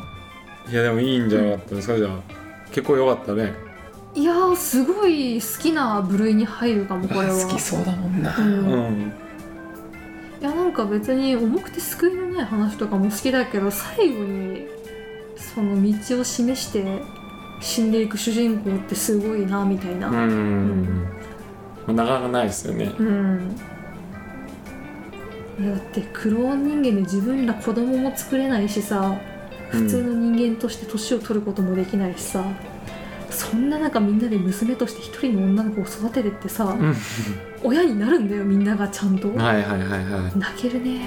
B: いやでもいいんじゃなかったですかじゃあ結構良かったね
A: いやーすごい好きな部類に入るかもこれは
B: 好きそうだもんな
A: う
B: うんん、
A: いやなんか別に重くて救いのない話とかも好きだけど最後にその道を示して死んでいく主人公ってすごいなみたいな
B: うんまあなかなかないですよね
A: うん、いやだってクローン人間で自分ら子供も作れないしさ普通の人間として年を取ることもできないしさ、そんな中みんなで娘として一人の女の子を育ててってさ、
B: うん
A: 親になるんだよみんながちゃんと、
B: はいはいはいは
A: 泣ける
B: (laughs)
A: ね泣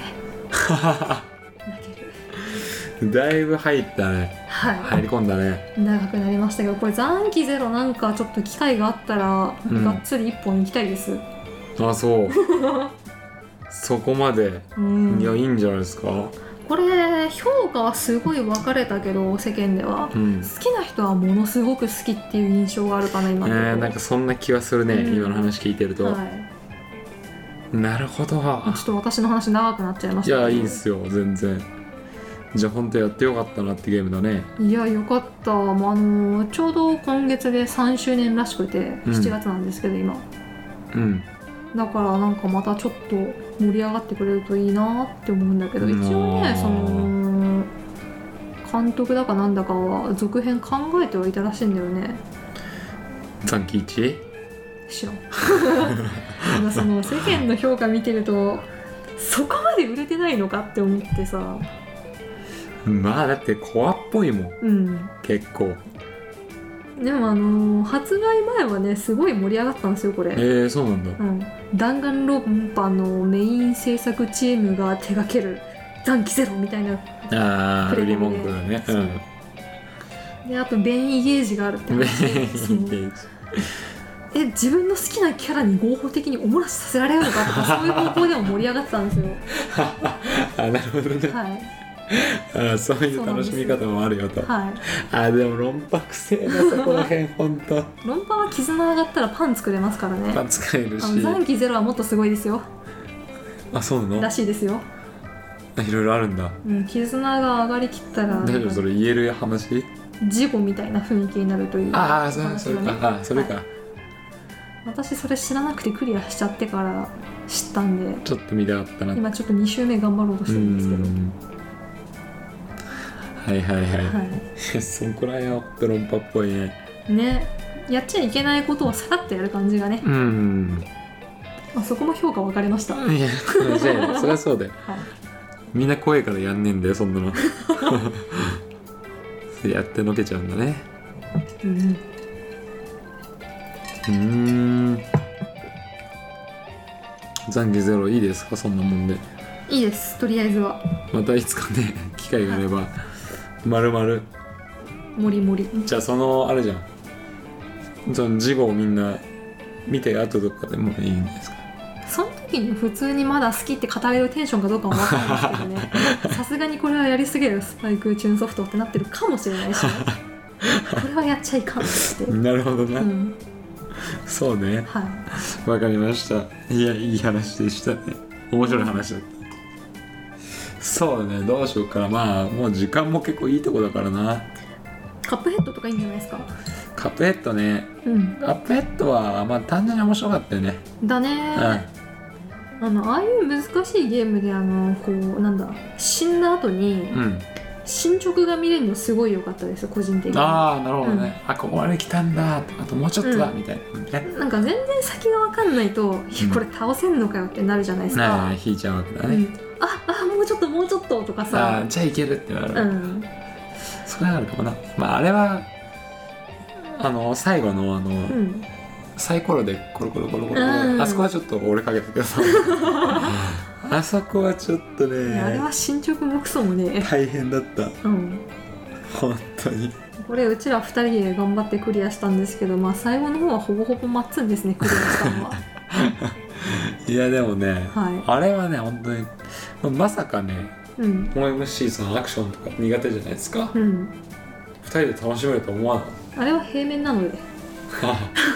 A: ける
B: いだいぶ入ったね
A: はい、
B: 入り込んだね
A: 長くなりましたけどこれ残機ゼロなんかちょっと機会があったら、
B: うん
A: がっつり一本行きたいです (laughs)
B: あそうそこまで
A: うん
B: いやいいんじゃないですか
A: これ評価はすごい分かれたけど世間では
B: うん
A: 好きな人はものすごく好きっていう印象があるかな
B: え
A: 今のところ
B: ー、なんかそんな気はするね、
A: うん
B: 今の話聞いてると、
A: はい、
B: なるほ
A: ち
B: ど
A: ょっと私の話長くなっちゃいまし
B: い
A: た
B: やいいんすよ全然じゃあほんとやってよかったなってゲームだね
A: いやよかった、まあ、あのちょうど今月で3周年らしくて
B: うん
A: 7月なんですけど、今
B: うん
A: だからなんかまたちょっと盛り上がってくれるといいなって思うんだけど一
B: うん
A: 応ねその監督だかなんだかは続編考えてはいたらしいんだよね
B: 残機一
A: (laughs) 知らん今その世間の評価見てるとそこまで売れてないのかって思ってさ
B: まあだってコアっぽいもん
A: うん
B: 結構
A: でもあの発売前はねすごい盛り上がったんですよこれ
B: えー、そうなんだ
A: うん、弾丸論破のメイン制作チームが手掛ける残機ゼロみたいな
B: ああ
A: プレ
B: 売
A: コ
B: り
A: ミ
B: 文句だね
A: そうであと便意ゲージがあるって
B: うんメイン
A: 話でその
B: ゲージ
A: え自分の好きなキャラに合法的にお漏らしさせられるのかとかそういう方向でも盛り上がってたんですよ
B: (laughs) あなるほどね
A: はい
B: あーそういう楽しみ方もあるよと
A: は
B: あーでも論破くせえなそこら辺ほんと
A: い論破は絆上がったらパン作れますからね
B: まあ使えるし
A: あの残機ゼロはもっとすごいですよ
B: あそうなの
A: らしいですよ、
B: あいろいろあるんだ
A: うん、絆が上がりきったら
B: 大丈夫それ言える話
A: 事故みたいな雰囲気になるという
B: ああそうそれ
A: 話がね
B: かあーそれか
A: 私それ知らなくてクリアしちゃってから知ったんで
B: ちょっと見たかったなって
A: 今ちょっと2周目頑張ろうと
B: う
A: してるんですけど
B: んはいはいは
A: はい
B: (laughs) そこら辺はペロンパっぽいね
A: いねやっちゃいけないことをさらっとやる感じがね、
B: うん
A: まあ、そこも評価分かれました、はい
B: やじゃあそりゃそうだよみんな怖いからやんねえんだよそんなの (laughs) やってのけちゃうんだね
A: いうん、
B: うーん残機ゼロいいですかそんなもんで
A: いいですとりあえずは
B: またいつかね機会があればまるまる
A: もりもり
B: じゃあそのあれじゃんその事後をみんな見て後とかでもいいんですか
A: その時に普通にまだ好きって語れるテンションかどうかも分かんないですけどねさすがにこれはやりすぎるスパイクチューンソフトってなってるかもしれないし、ね、これはやっちゃいかんって、
B: なるほどな、
A: うん、
B: そうね
A: はい
B: わかりましたいやいい話でしたね面白い話だったそうねどうしようかなまあもう時間も結構いいとこだからな
A: カップヘッドとかいいんじゃないですか
B: カップヘッドね
A: うん
B: カップヘッドはまあ単純に面白かったよね
A: だねー、あのああいう難しいゲームであのこうなんだ死んだ後に
B: うんうん
A: 進捗が見れるのすごい良かったです個人的にな
B: ああなるほどね、あここまで来たんだあともうちょっとだ、
A: う
B: みたいな感じね
A: んか全然先が分かんないと「いやこれ倒せんのかよ」ってなるじゃないですか、
B: ああ引いちゃうわけだ
A: う
B: ね、
A: んああもうちょっともうちょっととか
B: あ
A: さ
B: あじゃあいけるってなる、
A: うん
B: それはあるかもなまああれはあの最後のあの、
A: うん
B: サイコロでコロコロコロコロ、
A: うん
B: あそこはちょっと俺かけ (laughs) たけどあそこはちょっと
A: い
B: ね
A: やあれは進捗もクソもね
B: 大変だった
A: うん
B: 本当に
A: これうちら2人で頑張ってクリアしたんですけどまあ最後の方はほぼほぼマッツンですねクリアしたのは
B: (laughs) いやでもね
A: は
B: あれはね本当にままさかね
A: いうん、
B: OMC そのアクションとか苦手じゃないですか
A: うん、
B: 2人で楽しめると思わなかっ
A: あれは平面なので
B: た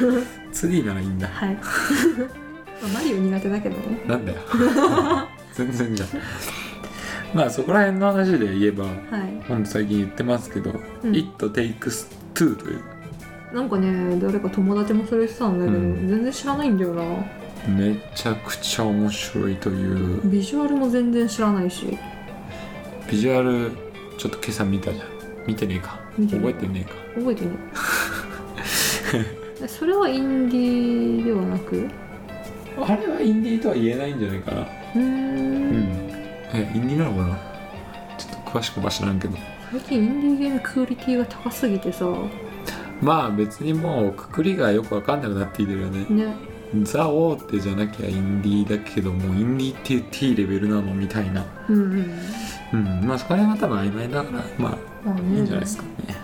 B: (laughs) 2D ならいいんだ
A: はい (laughs) まあマリオ苦手だけどね
B: なん (laughs) だよ全然じゃんまあそこら辺の話で言えば
A: はい
B: ほんと最近言ってますけど「
A: うん
B: It Takes Two」という
A: なんかね誰か友達もそれ言ってたんだけど、
B: うん
A: 全然知らないんだよな
B: めちゃくちゃ面白いという
A: ビジュアルも全然知らないし
B: ビジュアルちょっと今朝見たじゃん見てねえか
A: 見てね
B: 覚えてねえか
A: 覚えてない
B: (laughs)
A: えそれはインディーではなくう
B: あれはインディーとは言えないんじゃないかな
A: ー
B: うん
A: ん
B: えインディーなのかなちょっと詳しくは知らんけど
A: 最近インディーゲームクオリティが高すぎてさ
B: まあ別にもうくくりがよくわかんなくなってきてるよね
A: ね
B: ザ大手じゃなきゃインディーだけどもインディーって T レベルなのみたいな
A: うんうん
B: うんまあそこら辺は多分曖昧だからまあ
A: まあ
B: い
A: ね
B: いんじゃないですかね、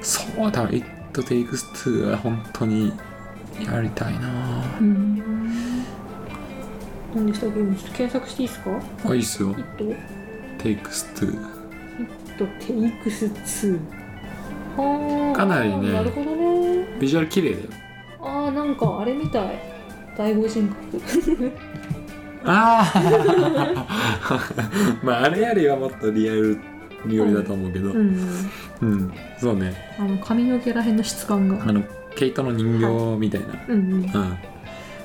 B: そう多分 It Takes Two は本当にやりたいな
A: うん何でしたっけ今ちょっと検索していいですか
B: あいいっすよ
A: ヒットヒ
B: Takes Two
A: ットテイクス2はあ
B: かなりね
A: なるほどね
B: ビジュアル綺麗だよ
A: あーなんかあれみたい第五人格
B: ああ (laughs) まああれよりはもっとリアルよりだと思うけどう、
A: うんん
B: そうね
A: あの髪の毛らへんの質感が
B: あの毛糸の人形みたいな、
A: うんうん
B: うん、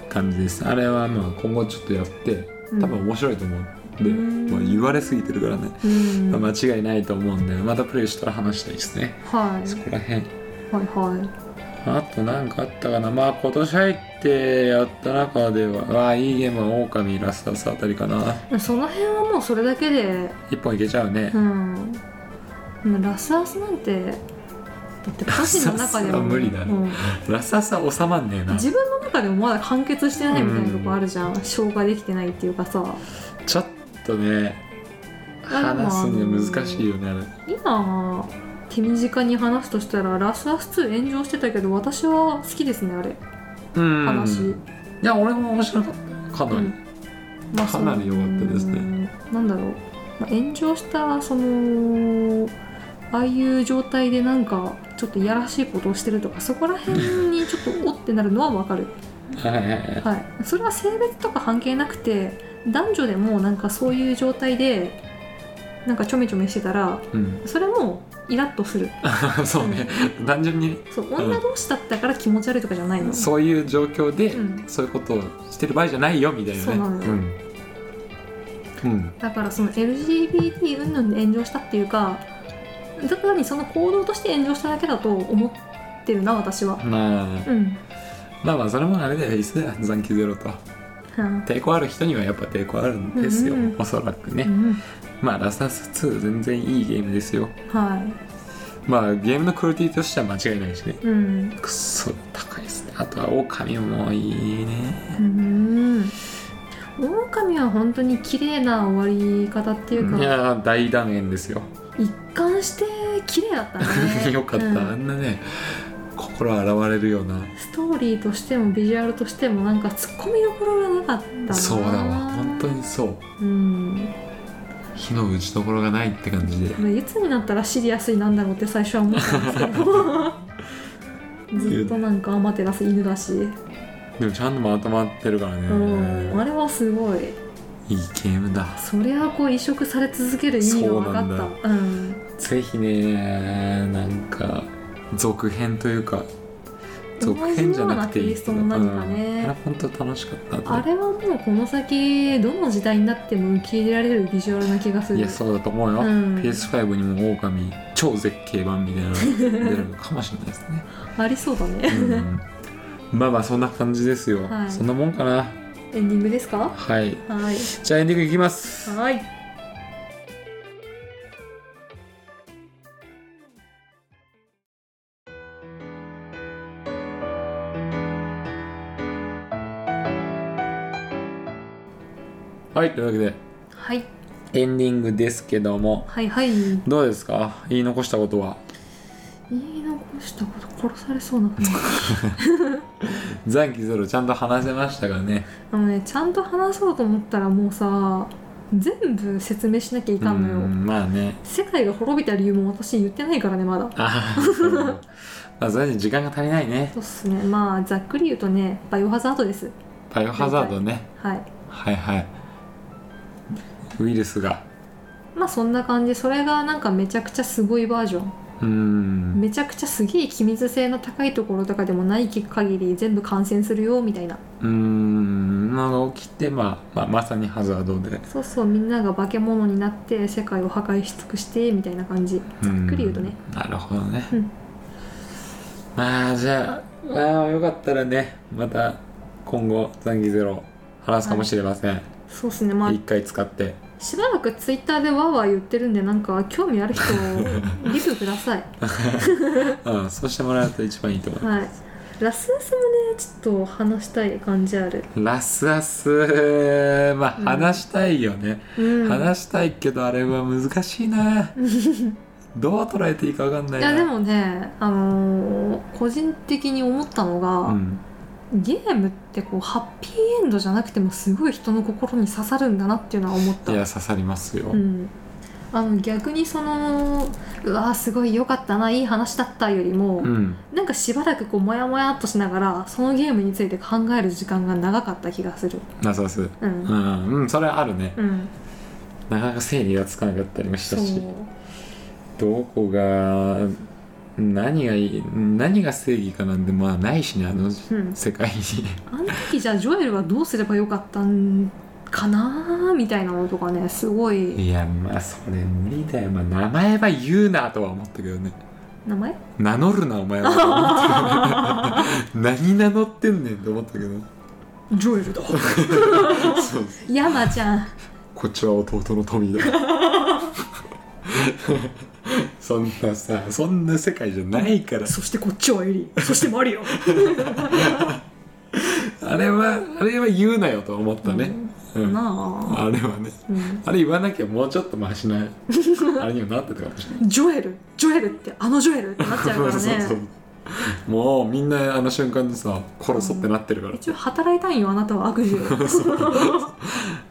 B: 感じですあれはまあ今後ちょっとやって
A: うん
B: 多分面白いと思うんで、
A: うん
B: まあ、言われすぎてるからね、
A: うん
B: まあ間違いないと思うんでまたプレイしたら話したいですね
A: は
B: そ
A: い
B: こら辺
A: はいはい
B: あとなんかあったかなまあ今年入ってやった中ではわあいいゲームはオオカミラスタスあたりかな
A: その辺はもうそれだけで
B: 一本いけちゃうね
A: うんうんラスアスなんてだって個人の中でも
B: ラスアスは無理だね
A: うん
B: ラスタスは収まんねえな
A: 自分の中でもまだ完結してないみたいなとこあるじゃん、消化できてないっていうかさ
B: ちょっとね
A: あでも
B: 話すの難しいよねあれ
A: 今手短に話すとしたらラスアス2炎上してたけど私は好きですねあれ
B: うん
A: 話、
B: いや俺も面白かったかなり、
A: ま
B: かなり良かったですね
A: ねなんだろう、まあ炎上したそのああいう状態でなんかちょっといやらしいことをしてるとかそこら辺にちょっとおってなるのはわかる、
B: はいはい (laughs) はい
A: はい、それは性別とか関係なくて男女でもなんかそういう状態でなんかちょめちょめしてたら
B: うん、 (laughs)
A: それもイラッとする
B: そうね単純に
A: そう女同士だったから気持ち悪いとかじゃないの、
B: そういう状況で、
A: うん
B: そういうことをしてる場合じゃないよみたいなね
A: そうなのよ
B: んうん
A: だからその LGBT 云々で炎上したっていうかただ単にその行動として炎上しただけだと思ってるな私は
B: まあ
A: うん
B: まあまあそれもあれだよ一緒だよ残機ゼロと
A: うん
B: 抵抗ある人にはやっぱ抵抗あるんですよ、
A: うんうん
B: おそらくね、
A: うん
B: まあラスタス2全然いいゲームですよ
A: は
B: まあゲームのクオリティとしては間違いないしね
A: いうん
B: くっそ高いですねあとはオオカミもいいね
A: うん狼は本当に綺麗な終わり方っていう
B: い
A: か
B: やー大断円ですよ
A: 一貫して綺麗だったね
B: (laughs) よかった、
A: (laughs) うん
B: あんなね心洗われるような
A: ストーリーとしてもビジュアルとしてもなんかツッコミどころがなかったな
B: そうだわ本当にそ
A: う
B: う
A: ん
B: 火の打ちどころがないって感じで
A: これいつになったらシリアスになんだろうって最初は思ったんですけ
B: (laughs)
A: どずっとなんかアマテラス犬だし、
B: でもちゃんとまとまってるからね、
A: うん、あれはすごい
B: いいゲームだ
A: そりゃこう移植され続ける意味が分か
B: そうな
A: ったうん
B: ぜひねなんか続編というか続編じゃなくていいけど
A: 同じようなテイストの何かね
B: うんあれ本当楽しかったと
A: あれはもうこの先どの時代になっても受け入れられるビジュアルな気がする
B: いやそうだと思うよ、
A: うん
B: PS5 にも狼超絶景版みたいなのが出るのかもしれないですね、 (laughs)
A: ありそうだね、
B: うん、まあまあそんな感じですよ、
A: はい
B: そんなもんかな
A: エンディングですか
B: はい
A: はい
B: じゃあエンディングいきます
A: はい
B: はいというわけで
A: はい
B: エンディングですけども
A: はいはい
B: どうですか言い残したことは
A: 言い残したこと殺されそうな
B: (laughs) 残機ゼロちゃんと話せましたがね
A: あのねちゃんと話そうと思ったらもうさ全部説明しなきゃいかんのよ、
B: うんまあね
A: 世界が滅びた理由も私言ってないからねまだ
B: ああそうまあそれに時間が足りないね
A: そうっすねまあざっくり言うとねバイオハザードです
B: バイオハザードね
A: はい
B: はいはいウイルスが
A: まあそんな感じそれがなんかめちゃくちゃすごいバージョン
B: うん
A: めちゃくちゃすげえ機密性の高いところとかでもない限り全部感染するよみたいな
B: うんまあ起きて、まあ、まあまさにハザードで
A: そうそうみんなが化け物になって世界を破壊し尽くしてみたいな感じざっくり言うとね
B: んなるほどね、
A: うん
B: まあじゃあまあよかったらねまた今後残機ゼロ話すかもしれません、
A: そうっすね
B: 一
A: まあ
B: 回使って
A: しばらくツイッターでわーわー言ってるんでなんか興味ある人リプください
B: うんそうしてもらうと一番いいと思う、
A: はいラスアスもねちょっと話したい感じある、
B: ラスアスまあ
A: うん
B: 話したいよね、
A: うん、
B: 話したいけどあれは難しい
A: (laughs)
B: などう捉えていいか分かんない
A: い
B: な
A: やでもねあのー個人的に思ったのが、
B: うん、
A: ゲームってこうハッピーエンドじゃなくてもすごい人の心に刺さるんだなっていうのは思っ
B: い
A: た
B: や刺さりますよ、
A: うん、あの逆にそのうわーすごい良かったないい話だったよりも、
B: うん
A: なんかしばらくこうモヤモヤっとしながらそのゲームについて考える時間が長かった気がする
B: ラスアス
A: う
B: うんん、うん、それはあるね
A: うん、
B: なかなか整理がつかなかったりもし
A: そ
B: た
A: う
B: しどこが何がいい何が正義かなんてまあないしねあの
A: うん
B: 世界に
A: あの時じゃあジョエルはどうすればよかったんかなーみたいなのとかねすご (laughs) い
B: いやまあそれ無理だよ、まあ、名前は言うなとは思ったけどね
A: 名前
B: 名乗るなお前はとは思ったけど何名乗ってんねんと思ったけど
A: (laughs) ジョエル
B: (laughs)
A: だ
B: そうです
A: 山ちゃん
B: こっちは弟のトミーだ (laughs) そんなさそんな世界じゃないから
A: そしてこっちはエ
B: (laughs)
A: リーそしてマリオ
B: あれはあれは言うなよとは思ったね、うん
A: なあ、
B: あれはね
A: うん、
B: あれ言わなきゃもうちょっとマシなあれにもなってたかもしれない
A: ジョエルジョエルってあのジョエルってなっちゃうからね
B: そうそうもうみんなあの瞬間でさ殺そうってなってるから、
A: 一応働いたんよあなたは悪事を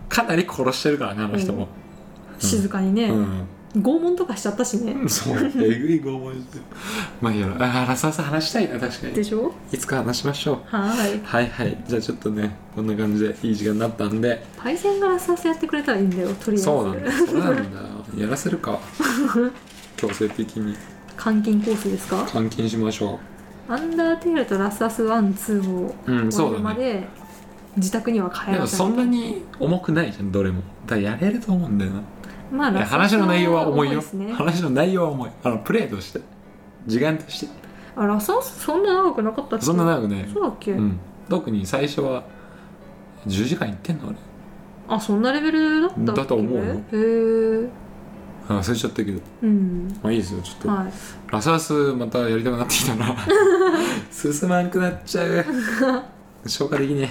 B: かなり殺してるからねあの人も
A: 静かにね、
B: うん、
A: 拷問とかしちゃったしね、
B: そうえぐい拷問してるまあいいやあラサさ話したいな確か
A: で
B: に
A: しょ
B: いつか話しましょう
A: はーい
B: はいはいじゃあちょっとねこんな感じでいい時間になったんで
A: パイセンがラスアスやってくれたらいいんだよとりあえず
B: そうなんだそうなんだやらせる (laughs) か強制的に
A: 監禁コースですか
B: 監禁しましょ
A: アンダーテールとラスアス1,2を
B: ううん
A: 終
B: そ
A: え
B: う
A: る
B: だ
A: ま
B: ね
A: で自宅には帰ら
B: で
A: な
B: も
A: い
B: そんなに重くないじゃんどれもだからやれると思うんだよな
A: まあ
B: いや
A: ラスアス
B: 話の内容は重い
A: で
B: よ
A: すね
B: 話の内容は重いあのプレイとして時間として
A: あラスアスそんな長くなかったっけ
B: そんな長くね
A: そうだっけ、
B: うん特に最初は10時間いってんの
A: あそんなレベルだったっけ
B: だと思うよ
A: へえ
B: あれあ忘れちゃったけど
A: うん
B: まあいいですよちょっと、
A: はい
B: ラサースまたやりたくなってき
A: (laughs)
B: たな進まんくなっちゃう消化できね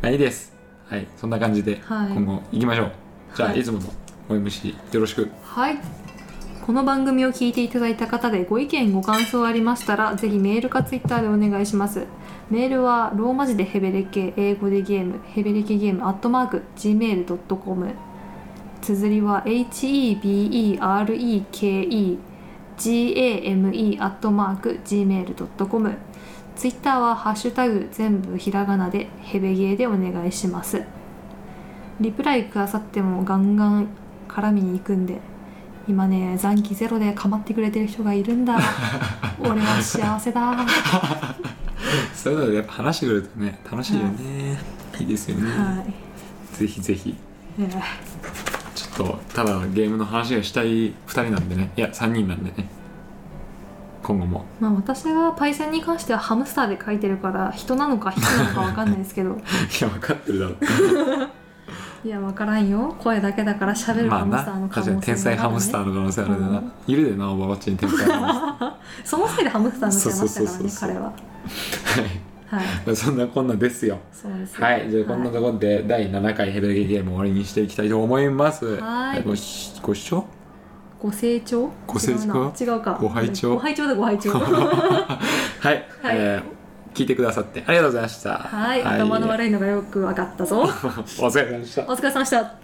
B: えまあいいですはいそんな感じで
A: はい
B: 今後行きましょう、じゃあ、
A: はい
B: い、つもの OMC よろしく
A: はい。この番組を聞いていただいた方でご意見ご感想ありましたらぜひメールかツイッターでお願いしますメールはローマ字でヘベレケ英語でゲームヘベレケゲームアットマーク gmail.com 綴りは heberekegame アットマーク gmail.com ツイッターはハッシュタグ全部ひらがなでヘベゲーでお願いしますリプライくださってもガンガン絡みに行くんで今ね残
B: (laughs)
A: 機ゼロで構ってくれてる人がいるんだ俺は幸せだ
B: そういうのでやっぱ話してくれるとね楽しいよね、い、いですよね、
A: はい
B: ぜひぜひ
A: えー
B: ちょっとただゲームの話がしたい2人なんでねいや3人なんでね今後も (laughs)
A: まあ私がパイセンに関してはハムスターで書いてるから人なのか人なのかわかんないです
B: (laughs)
A: けど
B: いや分かってるだろ
A: いやわからんよ声だけだから喋る
B: ま
A: ハ
B: あ
A: ムスターの
B: な
A: 可能性も
B: 確か
A: ある、ね
B: に天才ハムスターの可能性あるで
A: う
B: な、
A: ん
B: いるでなおばばっちに天才ハ
A: そのせいでハムスターになっちゃいましたから
B: そうそうそう
A: ね
B: そう
A: 彼は
B: ムスタ
A: (laughs)
B: ーはい
A: はい
B: まあ (laughs) そんなこんなですよ
A: そうですよ
B: はい、じゃあこんなところで第7回ヘベレゲゲームを終わりにしていきたいと思います。
A: はい
B: ごしご視聴
A: ご清聴
B: ご清聴
A: 違うな違うか
B: ご拝聴
A: ご拝聴だご拝
B: (laughs)
A: 聴 (laughs)
B: はい、えー聞いてくださってありがとうございました。
A: はい頭の
B: い。 (laughs)
A: 悪いのがよくわかったぞ
B: お疲れ様でした。
A: お疲れ様でした